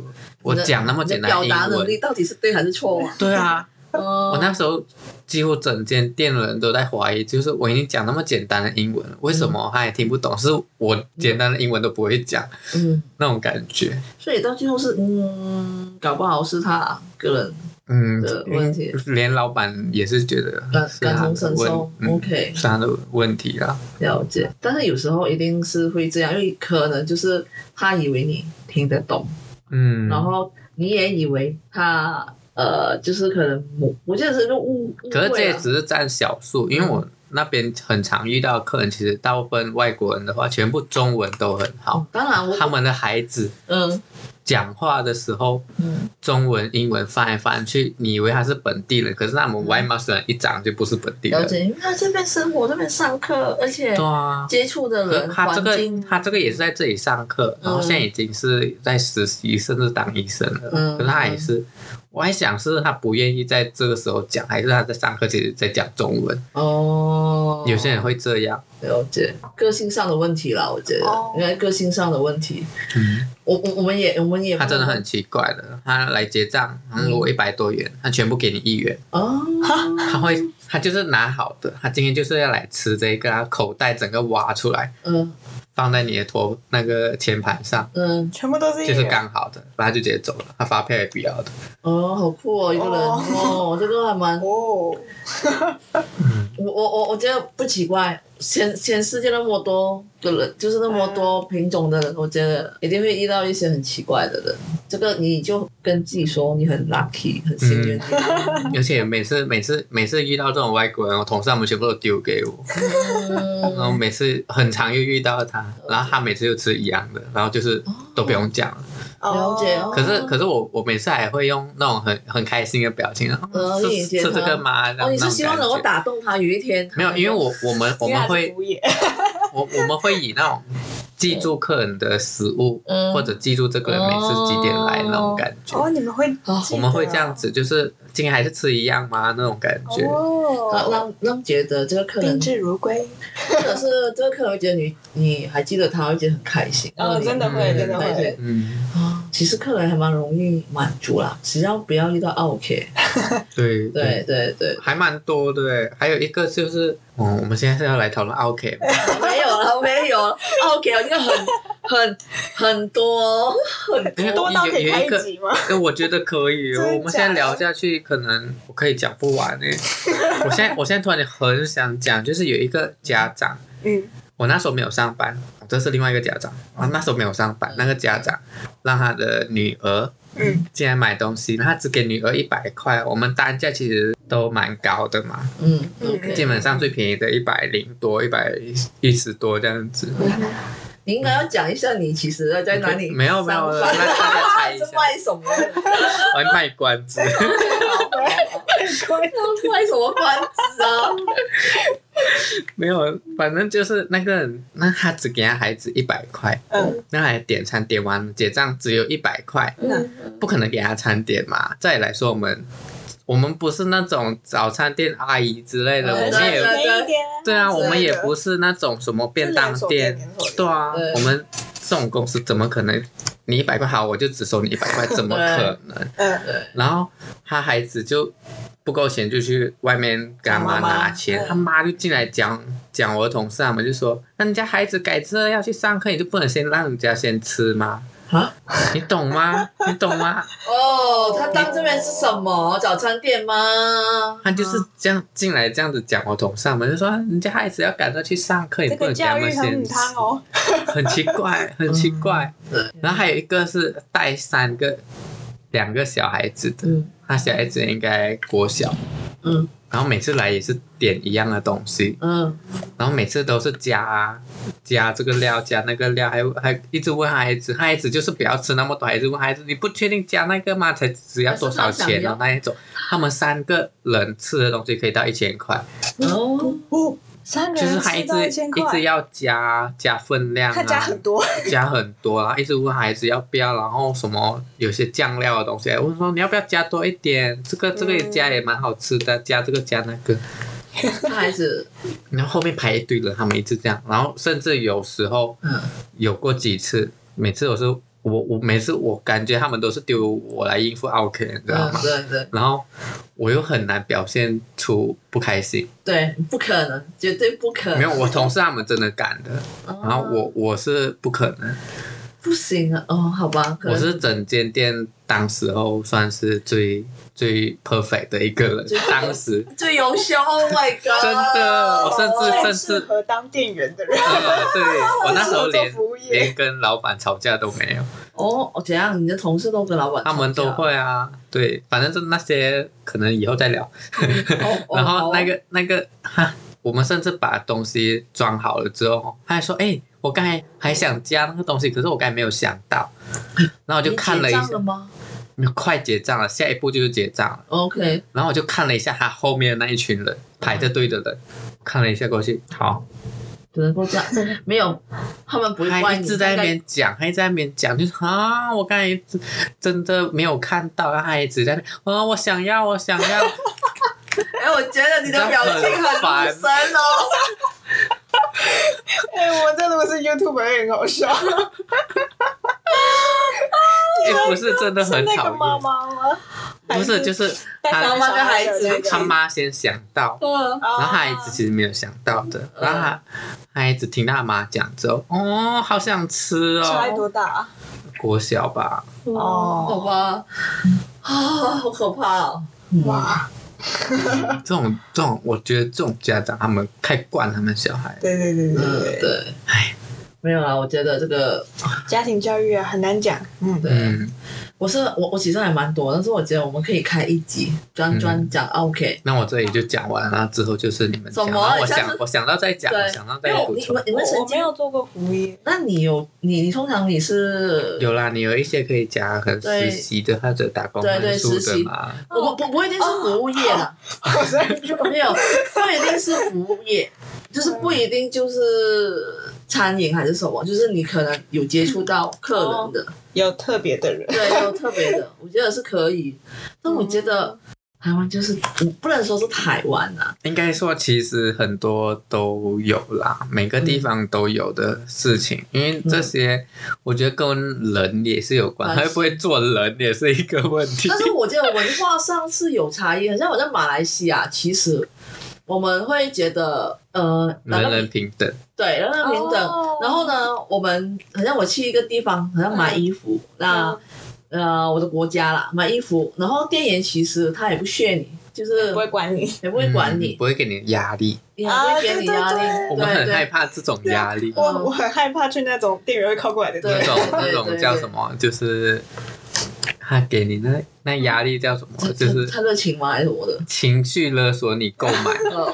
Speaker 2: 我
Speaker 3: 你的
Speaker 2: 讲那么
Speaker 3: 你的
Speaker 2: 简单
Speaker 3: 表
Speaker 2: 英
Speaker 3: 达能
Speaker 2: 文，
Speaker 3: 力到底是对还是错啊？
Speaker 2: 对啊，我
Speaker 3: 我
Speaker 2: 那时候几乎整间店的人都在怀疑，就是我已经讲那么简单的英文了，为什么他也听不懂？是我简单的英文都不会讲
Speaker 3: 嗯，
Speaker 2: 那种感觉。
Speaker 3: 所以到最后是嗯，搞不好是他个人
Speaker 2: 嗯
Speaker 3: 的，
Speaker 2: 因
Speaker 3: 问题
Speaker 2: 为连老板也是觉得
Speaker 3: 感
Speaker 2: 是
Speaker 3: 感
Speaker 2: 他
Speaker 3: 同
Speaker 2: 的
Speaker 3: 身
Speaker 2: 问
Speaker 3: 受，。
Speaker 2: 嗯，
Speaker 3: OK，
Speaker 2: 是他的问题啦。
Speaker 3: 了解。但是有时候一定是会这样，因为可能就是他以为你听得懂，
Speaker 2: 嗯，
Speaker 3: 然后你也以为他呃，就是可能我我记得是个误误
Speaker 2: 可是这
Speaker 3: 会啊
Speaker 2: 也
Speaker 3: 了，
Speaker 2: 只是占少数，
Speaker 3: 嗯
Speaker 2: 因为我那边很常遇到的客人，其实大部分外国人的话，全部中文都很好。
Speaker 3: 哦当然我
Speaker 2: 他们的孩子
Speaker 3: 嗯
Speaker 2: 讲话的时候，
Speaker 3: 嗯
Speaker 2: 中文、英文翻来翻去，你以为他是本地人，可是那我们外貌人一长就不是本地
Speaker 3: 了
Speaker 2: 人。
Speaker 3: 解，因为他这边生活这边上课，而且
Speaker 2: 对啊，
Speaker 3: 接触的
Speaker 2: 可
Speaker 3: 人
Speaker 2: 他这
Speaker 3: 环
Speaker 2: 个
Speaker 3: 境，
Speaker 2: 他这个也是在这里上课，然后现在已经是在实习，甚至当医生了。
Speaker 3: 嗯
Speaker 2: 可是他也是，我还想是他不愿意在这个时候讲，还是他在上课其实在讲中文？
Speaker 3: 哦，
Speaker 2: 有些人会这样。
Speaker 3: 了解个性上的问题啦，我觉得
Speaker 1: 哦
Speaker 3: 应该个性上的问题。
Speaker 2: 嗯。
Speaker 3: 我我我们也我们也
Speaker 2: 他真的很奇怪的，他来结账，然后如果一百多元，他全部给你一元，
Speaker 3: 哦，
Speaker 2: 他会他就是拿好的，他今天就是要来吃这个，他口袋整个挖出来
Speaker 3: 嗯
Speaker 2: 放在你的头那个钱盘上，
Speaker 3: 嗯
Speaker 1: 全部都是
Speaker 2: 就是
Speaker 1: 一人
Speaker 2: 刚好的，然后他就直接走了，他发票也不要的。
Speaker 3: 哦，好酷哦，一个人哦，这个还蛮
Speaker 1: 哦，
Speaker 3: 我我我我觉得不奇怪，全全世界那么多的人，就是那么多品种的人，我觉得一定会遇到一些很奇怪的人。这个你就跟自己说，你很 lucky，很幸运。
Speaker 2: 而且每次每次每次遇到这种外国人，我同事他们全部都丢给我，然后
Speaker 3: 嗯，
Speaker 2: 每次很常又遇到他，然后他每次就吃一样的，然后就是都不用讲了。
Speaker 3: 了解哦
Speaker 2: 可是可是我我每次还会用那种很很开心的表情，啊
Speaker 3: 呃
Speaker 2: 是
Speaker 3: 一眼
Speaker 2: 是
Speaker 3: 见
Speaker 2: 这
Speaker 3: 他
Speaker 2: 个吗？然后
Speaker 3: 哦，你
Speaker 2: 那
Speaker 3: 是
Speaker 2: 种
Speaker 3: 希望
Speaker 2: 感
Speaker 3: 能够
Speaker 2: 觉
Speaker 3: 打动他，有一天
Speaker 2: 没有，因为我我 们我
Speaker 1: 你俩
Speaker 2: 们
Speaker 1: 是
Speaker 2: 会
Speaker 1: 服务业
Speaker 2: 我我们会以那种记住客人的食物，
Speaker 3: 嗯
Speaker 2: 或者记住这个人每次几点来那种感觉。
Speaker 1: 哦，你们会
Speaker 3: 哦
Speaker 1: 记得
Speaker 2: 我们会这样子，就是今天还是吃一样吗？那种感觉。
Speaker 3: 让
Speaker 1: 哦，
Speaker 3: 让让觉得这个客人
Speaker 1: 宾至如归，
Speaker 3: 或者是这个客人会觉得你你还记得他，会觉得很开心。
Speaker 1: 哦，真的会，
Speaker 2: 嗯
Speaker 1: 真的
Speaker 3: 对对
Speaker 1: 会，
Speaker 2: 嗯，
Speaker 3: 啊，其实客人还蛮容易满足啦，只要不要遇到 OK。
Speaker 1: 嗯
Speaker 2: 对
Speaker 3: 对，对对，
Speaker 2: 还蛮多的欸。还有一个就是，嗯，我们现在是要来讨论 OK，吗
Speaker 3: 没有了， 没有了 OK，我这个很 很很多，
Speaker 2: 因为
Speaker 1: 多到可以
Speaker 2: 有
Speaker 1: 开
Speaker 2: 有一
Speaker 1: 一
Speaker 2: 个，
Speaker 1: 集吗？
Speaker 2: 哎，我觉得可以哦。
Speaker 1: 真的
Speaker 2: 我们现在
Speaker 1: 假的
Speaker 2: 聊下去，可能我可以讲不完诶。我现在我现在突然间很想讲，就是有一个家长，
Speaker 1: 嗯，
Speaker 2: 我那时候没有上班，这是另外一个家长啊，那时候没有上班，那个家长让他的女儿
Speaker 1: 嗯
Speaker 2: 进来买东西，他只给女儿一百块，我们单价其实都蛮高的嘛，
Speaker 3: 嗯
Speaker 1: 嗯
Speaker 2: 基
Speaker 3: ，OK，
Speaker 2: 本上最便宜的一百零多、一百一十多这样子。
Speaker 3: 你应该要讲一下你其实在哪里
Speaker 2: 没有没有，让
Speaker 3: 上班
Speaker 2: 大家猜一 下
Speaker 3: 是，卖什么？
Speaker 2: 我还卖关子。
Speaker 3: 卖什么关子啊？
Speaker 2: 没有，反正就是那个人，那他只给他孩子一百块，
Speaker 1: 嗯，
Speaker 2: 那还点餐，点完结账只有一百块，
Speaker 3: 嗯
Speaker 2: 不可能给他餐点嘛。再来说我们，我们不是那种早餐店阿姨之类的，
Speaker 3: 嗯
Speaker 2: 我们
Speaker 3: 对对
Speaker 2: 也
Speaker 3: 对
Speaker 2: 对啊，
Speaker 1: 之类的
Speaker 2: 我们也不是那种什么便当
Speaker 1: 是连
Speaker 2: 店
Speaker 1: 锁店连锁，店
Speaker 2: 对啊
Speaker 3: 对，
Speaker 2: 我们这种公司怎么可能？你一百块好，我就只收你一百块，怎么可能？
Speaker 1: 嗯，
Speaker 2: 然后他孩子就不够钱，就去外面跟他
Speaker 1: 找
Speaker 2: 妈
Speaker 1: 妈妈
Speaker 2: 拿钱
Speaker 1: 嗯，
Speaker 2: 他妈就进来讲讲我的同事他们就说，那人家孩子改这要去上课，你就不能先让人家先吃吗？
Speaker 3: 啊？
Speaker 2: 你懂吗？你懂吗？
Speaker 3: 哦，他当这边是什么早餐店吗？
Speaker 2: 他就是
Speaker 1: 嗯
Speaker 2: 这样进来这样子讲我同事他们就说，人家孩子要赶着去上课，你
Speaker 1: 这
Speaker 2: 不
Speaker 1: 个
Speaker 2: 能给
Speaker 1: 教
Speaker 2: 他
Speaker 1: 育
Speaker 2: 们
Speaker 1: 很
Speaker 2: 先
Speaker 1: 母
Speaker 2: 吃，
Speaker 1: 汤哦，
Speaker 2: 很奇怪，很奇怪。
Speaker 3: 对，
Speaker 2: 然后还有一个是带三个两个小孩子的，
Speaker 3: 嗯
Speaker 2: 他小孩子应该国小，
Speaker 3: 嗯
Speaker 2: 然后每次来也是点一样的东西，
Speaker 3: 嗯，
Speaker 2: 然后每次都是加啊加这个料加那个料，还还一直问孩子，孩子就是不要吃那么多，还是问孩子你不确定加那个吗？才只要多少钱哦那一种，他们三个人吃的东西可以到一千块，
Speaker 3: 哦，
Speaker 1: 哦，三个
Speaker 2: 就是
Speaker 1: 人
Speaker 2: 他一
Speaker 1: 吃
Speaker 2: 直
Speaker 1: 到一千
Speaker 2: 一直
Speaker 1: 块，
Speaker 2: 要加加分量
Speaker 1: 他加
Speaker 2: 啊，
Speaker 1: 很多，
Speaker 2: 加很多，然后一直问孩子要不要，然后什么有些酱料的东西，哎我说你要不要加多一点，这个这个也加也蛮好吃的，加这个加那个，
Speaker 3: 他孩子，
Speaker 2: 然后后面排一堆人，他们一直这样，然后甚至有时候
Speaker 3: 嗯，
Speaker 2: 有过几次，每次我是我我每次我感觉他们都是丢我来应付 OK，你知道
Speaker 3: 嗯
Speaker 2: 吗？
Speaker 3: 对对
Speaker 2: 然后我又很难表现出不开心，
Speaker 3: 对，不可能，绝对不可能。
Speaker 2: 没有，我同事他们真的敢的，
Speaker 3: 哦，
Speaker 2: 然后我我是不可能，
Speaker 3: 不行啊，哦，好吧，可
Speaker 2: 我
Speaker 3: 能
Speaker 2: 是整间店当时候算是最最 perfect 的一个人
Speaker 3: 最，
Speaker 2: 当时
Speaker 3: 最优秀，Oh my God，
Speaker 2: 真的，哦我甚至
Speaker 1: 最
Speaker 2: 甚
Speaker 1: 哦适
Speaker 2: 至。
Speaker 1: 合当店员的人。
Speaker 2: 呃对我那时候
Speaker 1: 做
Speaker 2: 连
Speaker 1: 服务业，
Speaker 2: 连跟老板吵架都没有，
Speaker 3: 哦，哦怎样？你的同事都跟老板，
Speaker 2: 他们都，会啊，对，反正就那些可能以后再聊。
Speaker 3: 哦哦
Speaker 2: 然后那，
Speaker 3: 哦
Speaker 2: 个那个哈，我们甚至把东西装好了之后，他还说：“哎、我刚才还想加那个东西，可是我刚才没有想 到。”然后我就
Speaker 3: 你
Speaker 2: 看了一
Speaker 3: 结
Speaker 2: 下
Speaker 3: 账，了吗
Speaker 2: 快结账了，下一步就是结账了。
Speaker 3: ？OK，
Speaker 2: 然后我就看了一下他后面的那一群人排着队的人，看了一下过去，好，
Speaker 3: 只能够这样，没有，他们不会
Speaker 2: 他
Speaker 3: 怪
Speaker 2: 一
Speaker 3: 你，
Speaker 2: 直在那
Speaker 3: 大概
Speaker 2: 边讲，他一直在那边讲，就是啊，我刚才真的没有看到，然后他一直在那边啊，我想要，我想要，
Speaker 3: 哎，我觉 得你的表情很无神哦。
Speaker 1: 哎、我真的不是 YouTube 很好笑，
Speaker 2: 也、哎不是真的
Speaker 1: 是
Speaker 2: 很
Speaker 1: 那
Speaker 2: 讨
Speaker 1: 个妈
Speaker 2: 厌。
Speaker 1: 妈吗？还
Speaker 2: 不是，就是他
Speaker 1: 带
Speaker 3: 妈妈跟孩子
Speaker 1: 小啊
Speaker 2: 他
Speaker 1: 那个
Speaker 2: 妈先想到，
Speaker 3: 嗯，
Speaker 1: 然
Speaker 2: 然后他孩子其实没有想到的，
Speaker 3: 嗯
Speaker 2: 然后他他孩子听他妈讲之后，哦，好想吃
Speaker 1: 小孩
Speaker 2: 哦，
Speaker 1: 多大、啊？
Speaker 2: 国小吧，
Speaker 3: 好
Speaker 1: 哦，
Speaker 3: 吧，啊，好可怕哦。
Speaker 2: 嗯
Speaker 1: 哇，
Speaker 2: 这种这种，我觉得这种家长他们太惯他们小孩，
Speaker 1: 对对对
Speaker 3: 嗯，
Speaker 1: 对对，
Speaker 3: 对，没有啦，我觉得这个，
Speaker 1: 家庭教育啊很难讲，嗯，
Speaker 3: 对，
Speaker 2: 嗯，
Speaker 3: 我是我我其实还蛮多，但是我觉得我们可以开一集
Speaker 2: 嗯
Speaker 3: 专专讲啊 OK，
Speaker 2: 那我这里就讲完了，之后就是你们讲，
Speaker 3: 什
Speaker 2: 然
Speaker 3: 么
Speaker 2: 后我
Speaker 3: 下次
Speaker 2: 想我想到再讲，
Speaker 3: 对
Speaker 2: 我想到
Speaker 3: 因
Speaker 2: 再
Speaker 3: 为我
Speaker 2: 补
Speaker 3: 你
Speaker 2: 充
Speaker 3: 们，你
Speaker 1: 我
Speaker 3: 们曾
Speaker 1: 我没
Speaker 3: 经，
Speaker 1: 有做过服务业，
Speaker 3: 那你有你你通常你是
Speaker 2: 有啦，你有一些可以加，可能
Speaker 3: 对
Speaker 2: 实习的或者打工
Speaker 3: 对对
Speaker 2: 换宿
Speaker 3: 实
Speaker 2: 的
Speaker 3: 习
Speaker 2: 嘛，
Speaker 3: 我们不不一定是服务业啦，
Speaker 1: 我所以就
Speaker 3: 没有，不一定是服务业，就是不一定就是餐饮还是什么，就是你可能有接触到客人的，
Speaker 1: 有特别的人，
Speaker 3: 对，有特别的，我觉得是可以。但我觉得台湾就是，我不能说是台湾啊，
Speaker 2: 应该说，其实很多都有啦，每个
Speaker 3: 嗯
Speaker 2: 地方都有的事情，因为这些我觉得跟人也是有关，
Speaker 3: 关系
Speaker 2: 会不会做人也是一个问题
Speaker 3: 啊但。是我觉得文化上是有差异。好像我在马来西亚，其实我们会觉得，呃，
Speaker 2: 人人平等，
Speaker 3: 对，人人平等。
Speaker 1: 哦
Speaker 3: 然后呢，我们好像我去一个地方，好像买衣服，那
Speaker 1: 嗯
Speaker 3: 呃我的国家啦，买衣服，然后店员其实他也不屑你，就是
Speaker 1: 不会管你，
Speaker 3: 也不会管你
Speaker 2: 嗯，不会给你压力。
Speaker 3: 也不
Speaker 1: 啊
Speaker 3: 会给你压力
Speaker 1: 对对对。
Speaker 2: 我们很害
Speaker 3: 对
Speaker 2: 怕这种压力，
Speaker 1: 我我很害怕去那种店员会靠过来的地
Speaker 3: 对
Speaker 2: 那
Speaker 1: 方，
Speaker 2: 种
Speaker 3: 对
Speaker 2: 那
Speaker 3: 对
Speaker 2: 种
Speaker 3: 对
Speaker 2: 叫什么，就是他给你那那压力叫什么，
Speaker 3: 对，
Speaker 2: 就
Speaker 3: 就是
Speaker 2: 是
Speaker 3: 他热情吗还是什么的？
Speaker 2: 情绪勒索你购买。
Speaker 3: 呃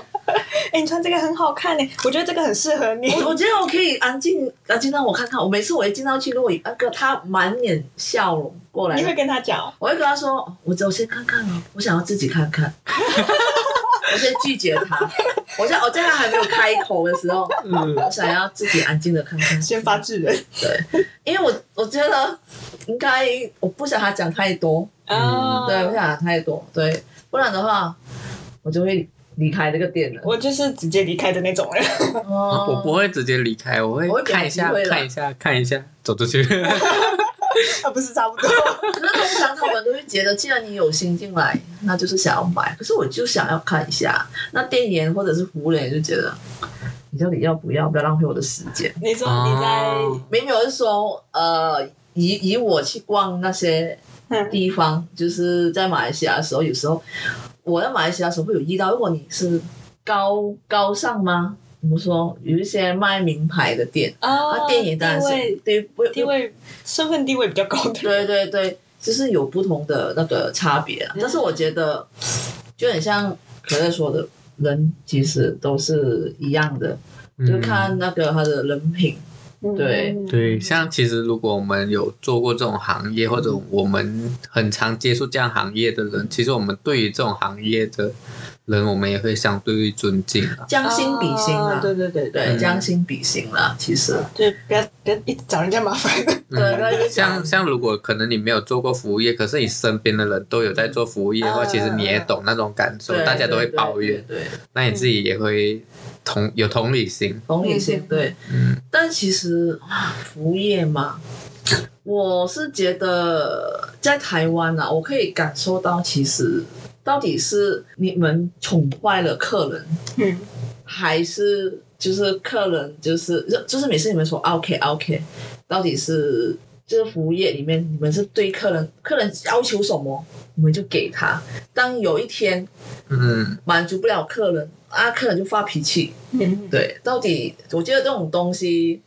Speaker 1: 哎、你穿这个很好看呢、我觉得这个很适合你，
Speaker 3: 我我觉得我可以安静安静让我看看。我每次我一进到去，如果那个他满脸笑容过来
Speaker 1: 你，会跟他讲哦，
Speaker 3: 我会跟他说：“哦我我先看看哦，我想要自己看看。” 我先拒绝他。我在我在他还没有开口的时候，
Speaker 2: 嗯，
Speaker 3: 我想要自己安静的看看，
Speaker 1: 先发制人
Speaker 3: 因为我我觉得应该我不想他讲太多，
Speaker 2: 嗯
Speaker 3: 对，不想讲太多，对，不然的话我就会离开这个店了。
Speaker 1: 我就是直接离开的那种人，
Speaker 3: 哦
Speaker 2: 啊我不会直接离开，我
Speaker 3: 我
Speaker 2: 会
Speaker 3: 会给你
Speaker 2: 看一下
Speaker 3: 机会啦
Speaker 2: 看一下看一下，走出去。
Speaker 1: 啊，不是差不多，
Speaker 3: 可是通常他们都会觉得，既然你有心进来，那就是想要买。可是我就想要看一下，那店员或者是服务员就觉得，你到底要不要？不要浪费我的时间。
Speaker 1: 你说你在。
Speaker 2: 哦
Speaker 3: 没有是说，呃，以以我去逛那些
Speaker 1: 嗯
Speaker 3: 地方，就是在马来西亚的时候，有时候我在马来西亚的时候会有遇到，如果你是高高尚吗？我们说有一些卖名牌的店，
Speaker 1: 啊
Speaker 3: 那店员当然
Speaker 1: 地
Speaker 3: 是
Speaker 1: 位
Speaker 3: 对不
Speaker 1: 地位身份地位比较高的
Speaker 3: 对
Speaker 1: 人，
Speaker 3: 对对，就是有不同的那个差别啊、但是我觉得，就很像可乐说的，人其实都是一样的，就
Speaker 2: 嗯
Speaker 3: 看那个他的人品。对
Speaker 1: 嗯
Speaker 2: 对，像其实如果我们有做过这种行业，或者
Speaker 3: 嗯
Speaker 2: 我们很常接触这样行业的人，其实我们对于这种行业的人，我们也会相对尊敬啊。
Speaker 3: 将心比心
Speaker 1: 啊
Speaker 3: 啦，
Speaker 1: 对对对对
Speaker 3: 对，
Speaker 2: 嗯
Speaker 3: 将心比心啦，其实
Speaker 1: 对，不要不要一直找人家麻烦。
Speaker 3: 对那就
Speaker 2: 嗯、
Speaker 3: 是
Speaker 2: 像像如果可能你没有做过服务业，可是你身边的人都有在做服务业的话，
Speaker 1: 嗯
Speaker 2: 其实你也懂那种感受，
Speaker 3: 呃对
Speaker 2: 大家都会
Speaker 3: 对对
Speaker 2: 抱怨，
Speaker 3: 对，对嗯
Speaker 2: 那你自己也会同有同理心。
Speaker 3: 同理心
Speaker 1: 嗯
Speaker 3: 对。
Speaker 2: 嗯
Speaker 3: 但其实啊服务业嘛，我是觉得在台湾啊，我可以感受到，其实到底是你们宠坏了客人，
Speaker 1: 嗯，
Speaker 3: 还是就是客人就是就就是每次你们说 OK OK，到底是就是服务业里面你们是对客人客人要求什么，你们就给他。当有一天
Speaker 2: 嗯，
Speaker 3: 满足不了客人啊，客人就发脾气。
Speaker 1: 嗯，
Speaker 3: 对，到底我觉得这种东西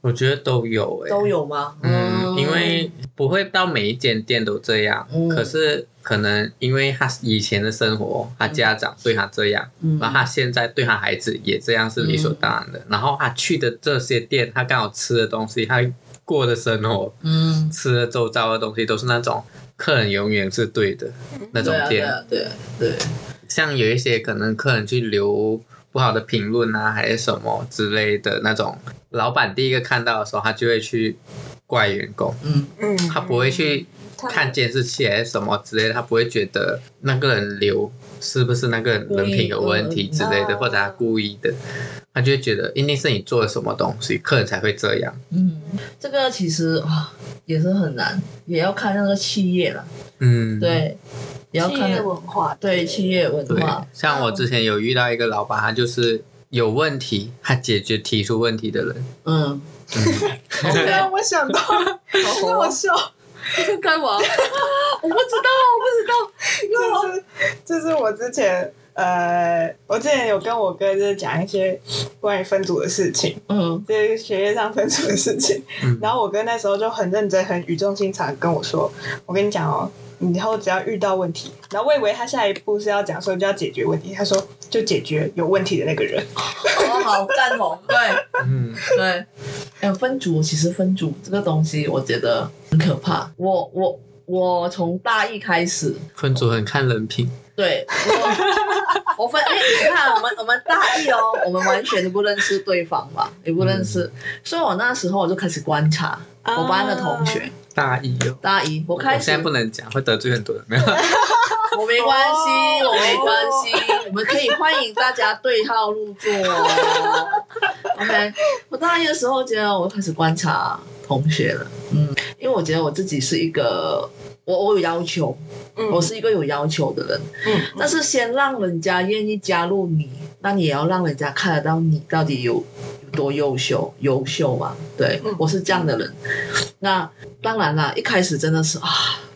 Speaker 2: 我觉得都有欸诶、
Speaker 3: 都有吗？哦
Speaker 2: 嗯，因为不会到每一间店都这样，
Speaker 3: 嗯
Speaker 2: 可是可能因为他以前的生活，他家长对他这样，
Speaker 3: 嗯
Speaker 2: 然后他现在对他孩子也这样是理所当然的。然后他去的这些店，他刚好吃的东西，他过的生活，
Speaker 3: 嗯，
Speaker 2: 吃的周遭的东西都是那种客人永远是对的那种
Speaker 3: 对啊，对
Speaker 2: 店。
Speaker 3: 啊，对啊，对啊，
Speaker 2: 像有一些可能客人去留不好的评论啊，还是什么之类的那种，老板第一个看到的时候，他就会去怪员工。
Speaker 3: 嗯，
Speaker 1: 嗯，
Speaker 2: 他不会去
Speaker 1: 他
Speaker 2: 看监视器还是什么之类的，他不会觉得那个人留是不是那个人人品有问题之类
Speaker 1: 故意
Speaker 3: 嗯
Speaker 2: 的，
Speaker 1: 的
Speaker 2: 或者他故意的，他就会觉得一定是你做了什么东西，客人才会这样。
Speaker 3: 嗯，这个其实啊也是很难，也要看那个企业了，
Speaker 2: 嗯，
Speaker 3: 对，也要
Speaker 1: 企
Speaker 3: 看
Speaker 1: 业
Speaker 3: 那
Speaker 1: 文化，
Speaker 3: 对企业文
Speaker 2: 对
Speaker 3: 化，，
Speaker 2: 像我之前有遇到一个老板，他就是有问题，他解决提出问题的人。
Speaker 3: 嗯，
Speaker 2: 嗯
Speaker 1: 让 我想到，很 好笑。
Speaker 3: 该我，我不知道，我
Speaker 1: 就
Speaker 3: 不知道，
Speaker 1: 是就是我之前呃，我之前有跟我哥就是讲一些关于分组的事情，
Speaker 3: 嗯
Speaker 1: 就是学业上分组的事情。
Speaker 2: 嗯
Speaker 1: 然后我哥那时候就很认真、很语重心长地跟我说：“我跟你讲哦，你以后只要遇到问题，然后我以为他下一步是要讲说就要解决问题，他说就解决有问题的那个人。
Speaker 3: 我好赞同，对。
Speaker 2: 嗯
Speaker 3: 对，哎，分组其实分组这个东西，我觉得很可怕。我我我从大一开始，
Speaker 2: 分组很看人品，
Speaker 3: 对我 我分，因为你看我们我们大一哦，我们完全不认识对方嘛，也不认识，
Speaker 2: 嗯
Speaker 3: 所以我那时候我就开始观察
Speaker 1: 啊
Speaker 3: 我班的同学，
Speaker 2: 大意哦。
Speaker 3: 大一我
Speaker 2: 我
Speaker 3: 开
Speaker 2: 现
Speaker 3: 始
Speaker 2: 在不能讲，会得罪很多人。没有，
Speaker 3: 我没关系，
Speaker 1: 哦
Speaker 3: 我没关系，我们可以欢迎大家对号入 座哦。OK，我大一的时候觉得我开始观察同学了，嗯，因为我觉得我自己是一个，我我有要求，
Speaker 1: 嗯，
Speaker 3: 我是一个有要求的人，
Speaker 1: 嗯，
Speaker 3: 但是先让人家愿意加入你，那你也要让人家看得到你到底有有多优秀，优秀嘛？对
Speaker 1: 嗯，
Speaker 3: 我是这样的人。那当然啦，一开始真的是啊，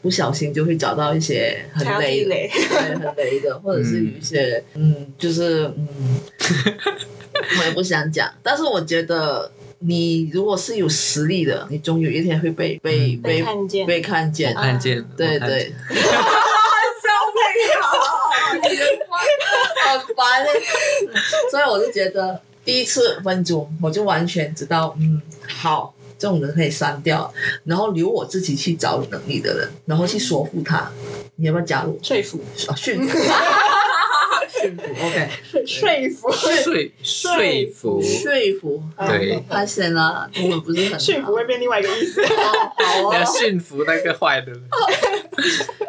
Speaker 3: 不小心就会找到一些很
Speaker 1: 才要
Speaker 3: 累
Speaker 1: 地
Speaker 3: 的，
Speaker 1: 雷，
Speaker 3: 对，很雷的，或者是有一些，嗯，就是嗯，我也不想讲。但是我觉得，你如果是有实力的，你终有一天会被被
Speaker 2: 嗯
Speaker 1: 被
Speaker 3: 被
Speaker 1: 看见，
Speaker 3: 被看见
Speaker 2: 我。看见了，
Speaker 3: 对
Speaker 2: 我看见
Speaker 3: 对。笑不了，你的话很烦欸。所以我就觉得第一次分组，我就完全知道，嗯，好，这种人可以删掉，然后留我自己去找有能力的人，然后去说服他，你要不要加入？
Speaker 1: 说服，
Speaker 3: 啊，驯服，驯服，OK，
Speaker 1: 说服，
Speaker 2: 睡睡服，
Speaker 3: 说服。
Speaker 2: 对
Speaker 3: 发现啦，中文不是很好
Speaker 1: 说服会变另外一个意思。
Speaker 3: 哦好
Speaker 2: 要
Speaker 3: 哦，
Speaker 2: 驯服那个坏的人。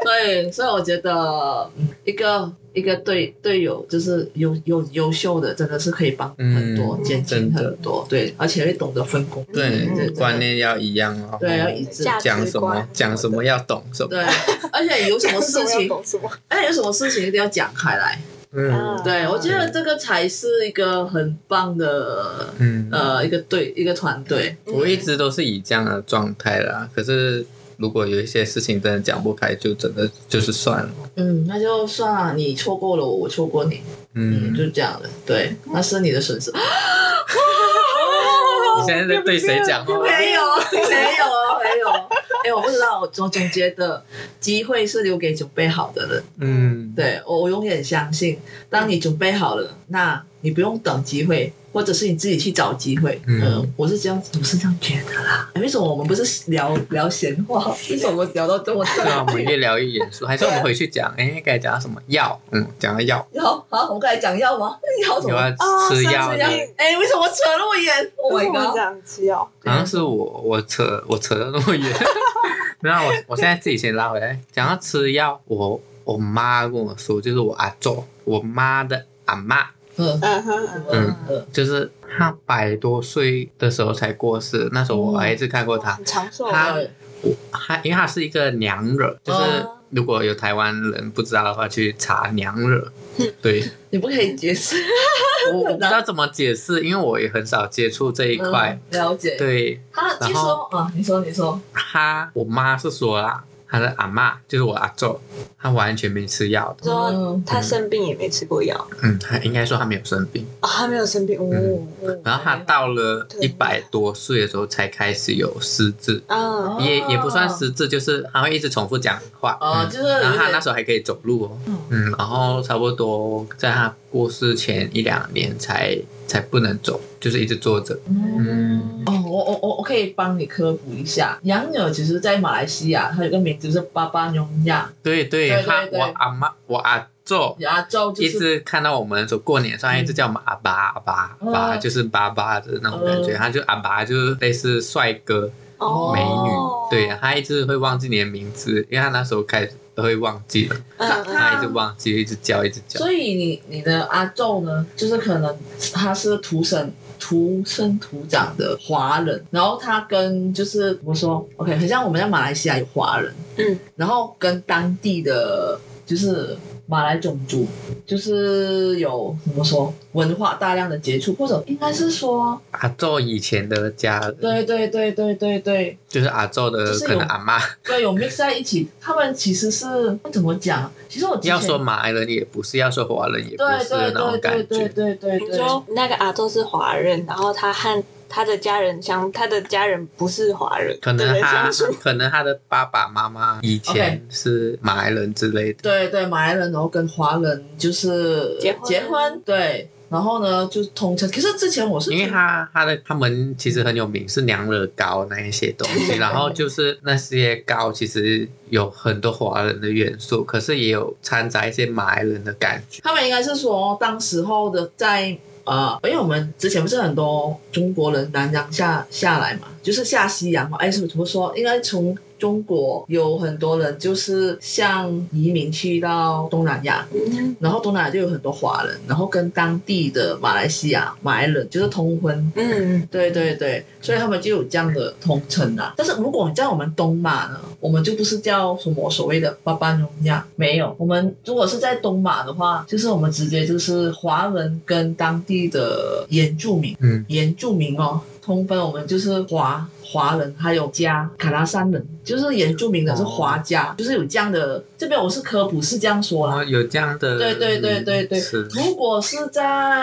Speaker 3: 所以所以我觉得，嗯一个一个队队友就是优优优秀的，真的是可以帮很多，
Speaker 1: 嗯
Speaker 3: 减
Speaker 2: 真
Speaker 3: 轻
Speaker 2: 的
Speaker 3: 很多，对，而且会懂得分工，
Speaker 2: 对
Speaker 3: 嗯对，对
Speaker 2: 观念要一样哦。
Speaker 3: 对，要一致，
Speaker 1: 价值
Speaker 2: 讲什么
Speaker 1: 观
Speaker 2: 讲什么要懂什么。
Speaker 3: 对，而且有什么事
Speaker 1: 我要
Speaker 3: 情，
Speaker 1: 懂什么？
Speaker 3: 而且有什么事情一定要讲开来，
Speaker 2: 嗯
Speaker 1: 啊
Speaker 3: 对我觉得这个才是一个很棒的。
Speaker 2: 嗯，
Speaker 3: 呃，一个队，一个团队，
Speaker 2: 我一直都是以这样的状态啦。可是如果有一些事情真的讲不开，就真的就是算了。
Speaker 3: 嗯，那就算了，你错过了我，我错过你，嗯，
Speaker 2: 嗯，
Speaker 3: 就这样的，对，那是你的损失，
Speaker 2: 哦你现在在对谁讲话？哦
Speaker 3: 哦 没有，没有，没有。哎为我不知道，我总总觉得机会是留给准备好的人。
Speaker 2: 嗯，
Speaker 3: 对我，我永远相信，当你准备好了，那你不用等机会，或者是你自己去找机会。
Speaker 2: 嗯
Speaker 3: 呃我是这样，我是这样觉得啦。哎为什么我们不是聊聊闲话？为什么聊到这么
Speaker 2: 对
Speaker 3: 正？
Speaker 2: 啊，我们越聊越严肃，还是我们回去讲？哎，该讲到什么药？嗯，讲到药，
Speaker 3: 好好，我们刚才讲药吗？药什
Speaker 2: 有要
Speaker 3: 么？
Speaker 2: 吃
Speaker 1: 啊
Speaker 2: 药
Speaker 1: 上
Speaker 3: 哎、
Speaker 1: 次药
Speaker 2: 的。
Speaker 3: 为什么扯那么远？Oh
Speaker 1: 为
Speaker 3: my
Speaker 1: 什么
Speaker 3: god！
Speaker 1: 这样哦吃药？
Speaker 2: 好
Speaker 3: 嗯
Speaker 2: 像是我我扯我扯的那么远， 然后我我现在自己先拉回来，讲到吃药，我我妈跟我说，就是我阿祖，我妈的阿妈，
Speaker 3: 嗯
Speaker 1: 嗯哼嗯
Speaker 2: 嗯
Speaker 3: 嗯
Speaker 2: 就是她百多岁的时候才过世，那时候我还是看过
Speaker 3: 嗯
Speaker 2: 她，
Speaker 1: 很长寿
Speaker 2: 她
Speaker 1: 啊。
Speaker 2: 我她因为她是一个娘惹，就是
Speaker 3: 哦
Speaker 2: 如果有台湾人不知道的话，去查娘惹，
Speaker 3: 嗯
Speaker 2: 对。
Speaker 3: 你不可以解释
Speaker 2: 我我不知道怎么解释，因为我也很少接触这一块。
Speaker 3: 嗯了解。
Speaker 2: 对
Speaker 3: 他据说啊，你说你说，
Speaker 2: 他，我妈是说啦，他的阿嬷就是我阿舅，他完全没吃药的。
Speaker 1: 说
Speaker 3: 嗯
Speaker 1: 他生病也没吃过药
Speaker 2: 嗯，他应该说他没有生病。
Speaker 1: 啊，他没有生病哦
Speaker 2: 嗯。
Speaker 1: 嗯
Speaker 2: 然后他到了
Speaker 1: 对
Speaker 2: 一百多岁的时候才开始有失智，
Speaker 1: 啊，
Speaker 2: 也也不算失智，就是他会一直重复讲话。
Speaker 3: 哦
Speaker 2: 嗯
Speaker 3: 就是有点
Speaker 2: 然后他那时候还可以走路哦。嗯，然后差不多在他过世前一两年才才不能走，就是一直坐着。嗯
Speaker 3: 哦，我我我我可以帮你科普一下，羊柳其实在马来西亚，它有个名字是巴巴牛亚，
Speaker 2: 对对，
Speaker 3: 对
Speaker 2: 他
Speaker 3: 对对
Speaker 2: 我阿妈我阿舅
Speaker 3: 亚洲就
Speaker 2: 一
Speaker 3: 是
Speaker 2: 直看到我们说过年的时候，他一直叫我们阿爸阿爸阿爸，
Speaker 3: 嗯
Speaker 2: 就是爸爸的那种感觉。
Speaker 3: 嗯
Speaker 2: 他就阿爸就是类似帅哥
Speaker 1: 哦
Speaker 2: 美女，对，他一直会忘记你的名字，因为他那时候开始都会忘记了，
Speaker 1: 嗯嗯
Speaker 2: 他一直忘记，一直叫，一直叫。
Speaker 3: 所以你你的阿宙呢，就是可能他是土生土生土长的华人，然后他跟就是我说 OK，很像我们在马来西亚有华人，
Speaker 1: 嗯，
Speaker 3: 然后跟当地的就是马来种族，就是有怎么说文化大量的接触，或者应该是说，
Speaker 2: 阿宙以前的家人，
Speaker 3: 对对对对对对，
Speaker 2: 就是阿宙的
Speaker 3: 就是有
Speaker 2: 可能阿妈，
Speaker 3: 对有 mix 在一起，他们其实是怎么讲？其实我之前
Speaker 2: 要说马来人也不是，要说华人也不
Speaker 3: 对
Speaker 2: 是的
Speaker 3: 对
Speaker 2: 那种
Speaker 3: 对
Speaker 2: 感
Speaker 3: 对对
Speaker 2: 觉。
Speaker 3: 对对
Speaker 1: 你
Speaker 3: 对，
Speaker 1: 说那个阿周是华人，然后他和他的家人相，他的家人不是华人，
Speaker 2: 可
Speaker 1: 的
Speaker 2: 能
Speaker 1: 人相
Speaker 2: 他
Speaker 1: 处
Speaker 2: 可能他的爸爸妈妈以前是马来人之类的，
Speaker 3: 对对，马来人，然后跟华人就是
Speaker 1: 结婚
Speaker 3: 对，然后呢就通称。可是之前我是
Speaker 2: 因为他他的他们其实很有名，是娘惹糕那一些东西，然后就是那些糕其实有很多华人的元素，可是也有掺杂一些马来人的感觉。
Speaker 3: 他们应该是说当时候的在呃，因为我们之前不是很多中国人南洋下下来嘛，就是下西洋嘛，哎，是怎么说？应该从中国有很多人就是像移民去到东南亚，
Speaker 1: 嗯
Speaker 3: 然后东南亚就有很多华人，然后跟当地的马来西亚马来人就是通婚，
Speaker 1: 嗯，
Speaker 3: 对对对，所以他们就有这样的通称啦。但是如果你在我们东马呢，我们就不是叫什么所谓的巴巴农亚，没有。我们如果是在东马的话，就是我们直接就是华人跟当地的原住民，
Speaker 2: 嗯，
Speaker 3: 原住民哦，通分我们就是华华人，还有家卡拉山人，就是原住民的是华家，就是有这样的。这边我是科普是这样说
Speaker 2: 然后
Speaker 3: 啦，
Speaker 2: 哦有这样的
Speaker 3: 对对对对对
Speaker 2: 是，
Speaker 3: 如果是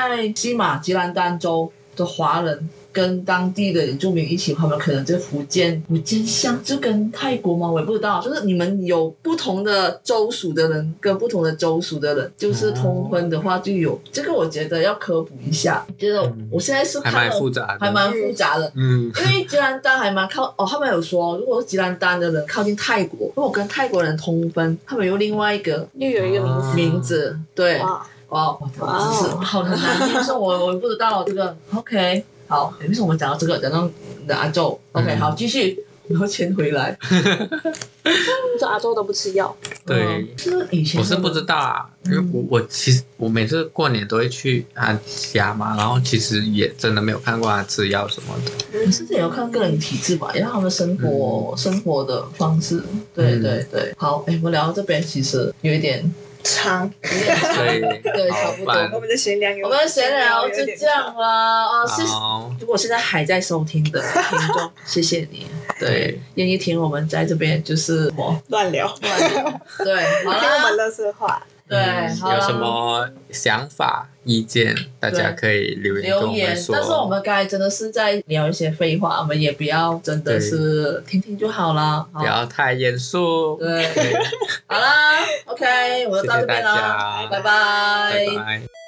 Speaker 3: 在西马吉兰丹州的华人跟当地的原住民一起，他们可能在福建福建乡，就跟泰国吗？我也不知道。就是你们有不同的州属的人跟不同的州属的人，就是通婚的话就有、这个，我觉得要科普一下。觉得
Speaker 2: 嗯
Speaker 3: 我现在是
Speaker 2: 还
Speaker 3: 看
Speaker 2: 蛮
Speaker 3: 了
Speaker 2: 复杂的，
Speaker 3: 还蛮复杂的，
Speaker 2: 嗯
Speaker 3: 因为吉兰丹还蛮靠哦，他们有说，如果是吉兰丹的人靠近泰国，如果跟泰国人通婚，他们有另外一个
Speaker 1: 又有一个名字，
Speaker 3: 名字，对，
Speaker 2: 啊
Speaker 1: 哇，
Speaker 3: 哇，哇
Speaker 1: 哇
Speaker 3: 真是
Speaker 1: 哦
Speaker 3: 好难念，是我我不知道这个。OK，好，哎诶为什么我们讲到这个，讲到你的阿周？OK，
Speaker 2: 嗯
Speaker 3: 好，继续，然后牵回来。
Speaker 1: 说阿周都不吃药，
Speaker 2: 对。
Speaker 3: 嗯就是以前
Speaker 2: 我是不知道啊，因为我
Speaker 3: 嗯
Speaker 2: 我其实我每次过年都会去他家嘛，然后其实也真的没有看过他吃药什么的。
Speaker 1: 嗯
Speaker 3: 之前有看个人体质吧，因为他们生活、生活的方式，对
Speaker 2: 嗯
Speaker 3: 对对。好，哎，我们聊到这边其实有一点，
Speaker 1: 长。
Speaker 2: 对
Speaker 3: 对差不多
Speaker 2: 好
Speaker 1: 我们的闲聊有，
Speaker 3: 我们闲聊就这样啦。啊，谢
Speaker 2: 烦哦
Speaker 3: 谢。
Speaker 2: 好，
Speaker 3: 如果现在还在收听的听众，谢谢你，对
Speaker 2: 对，
Speaker 3: 愿 意听我们在这边就是我，
Speaker 1: 乱聊，
Speaker 3: 对，
Speaker 1: 听我
Speaker 3: 好啦
Speaker 1: 们。乐色话。
Speaker 3: 对
Speaker 2: 嗯
Speaker 3: 好啦
Speaker 2: 有什么想法、意见，大家可以留言跟
Speaker 3: 留
Speaker 2: 我
Speaker 3: 言
Speaker 2: 们，说。
Speaker 3: 但是我们刚才真的是在聊一些废话，我们也不要真的是听听就好啦。好
Speaker 2: 不要太严肃。
Speaker 3: 对，
Speaker 2: 对
Speaker 3: 好啦，OK，我就
Speaker 2: 谢
Speaker 3: 到
Speaker 2: 谢
Speaker 3: 这
Speaker 2: 大
Speaker 3: 边啦，
Speaker 2: 家，
Speaker 3: 拜拜
Speaker 2: 拜拜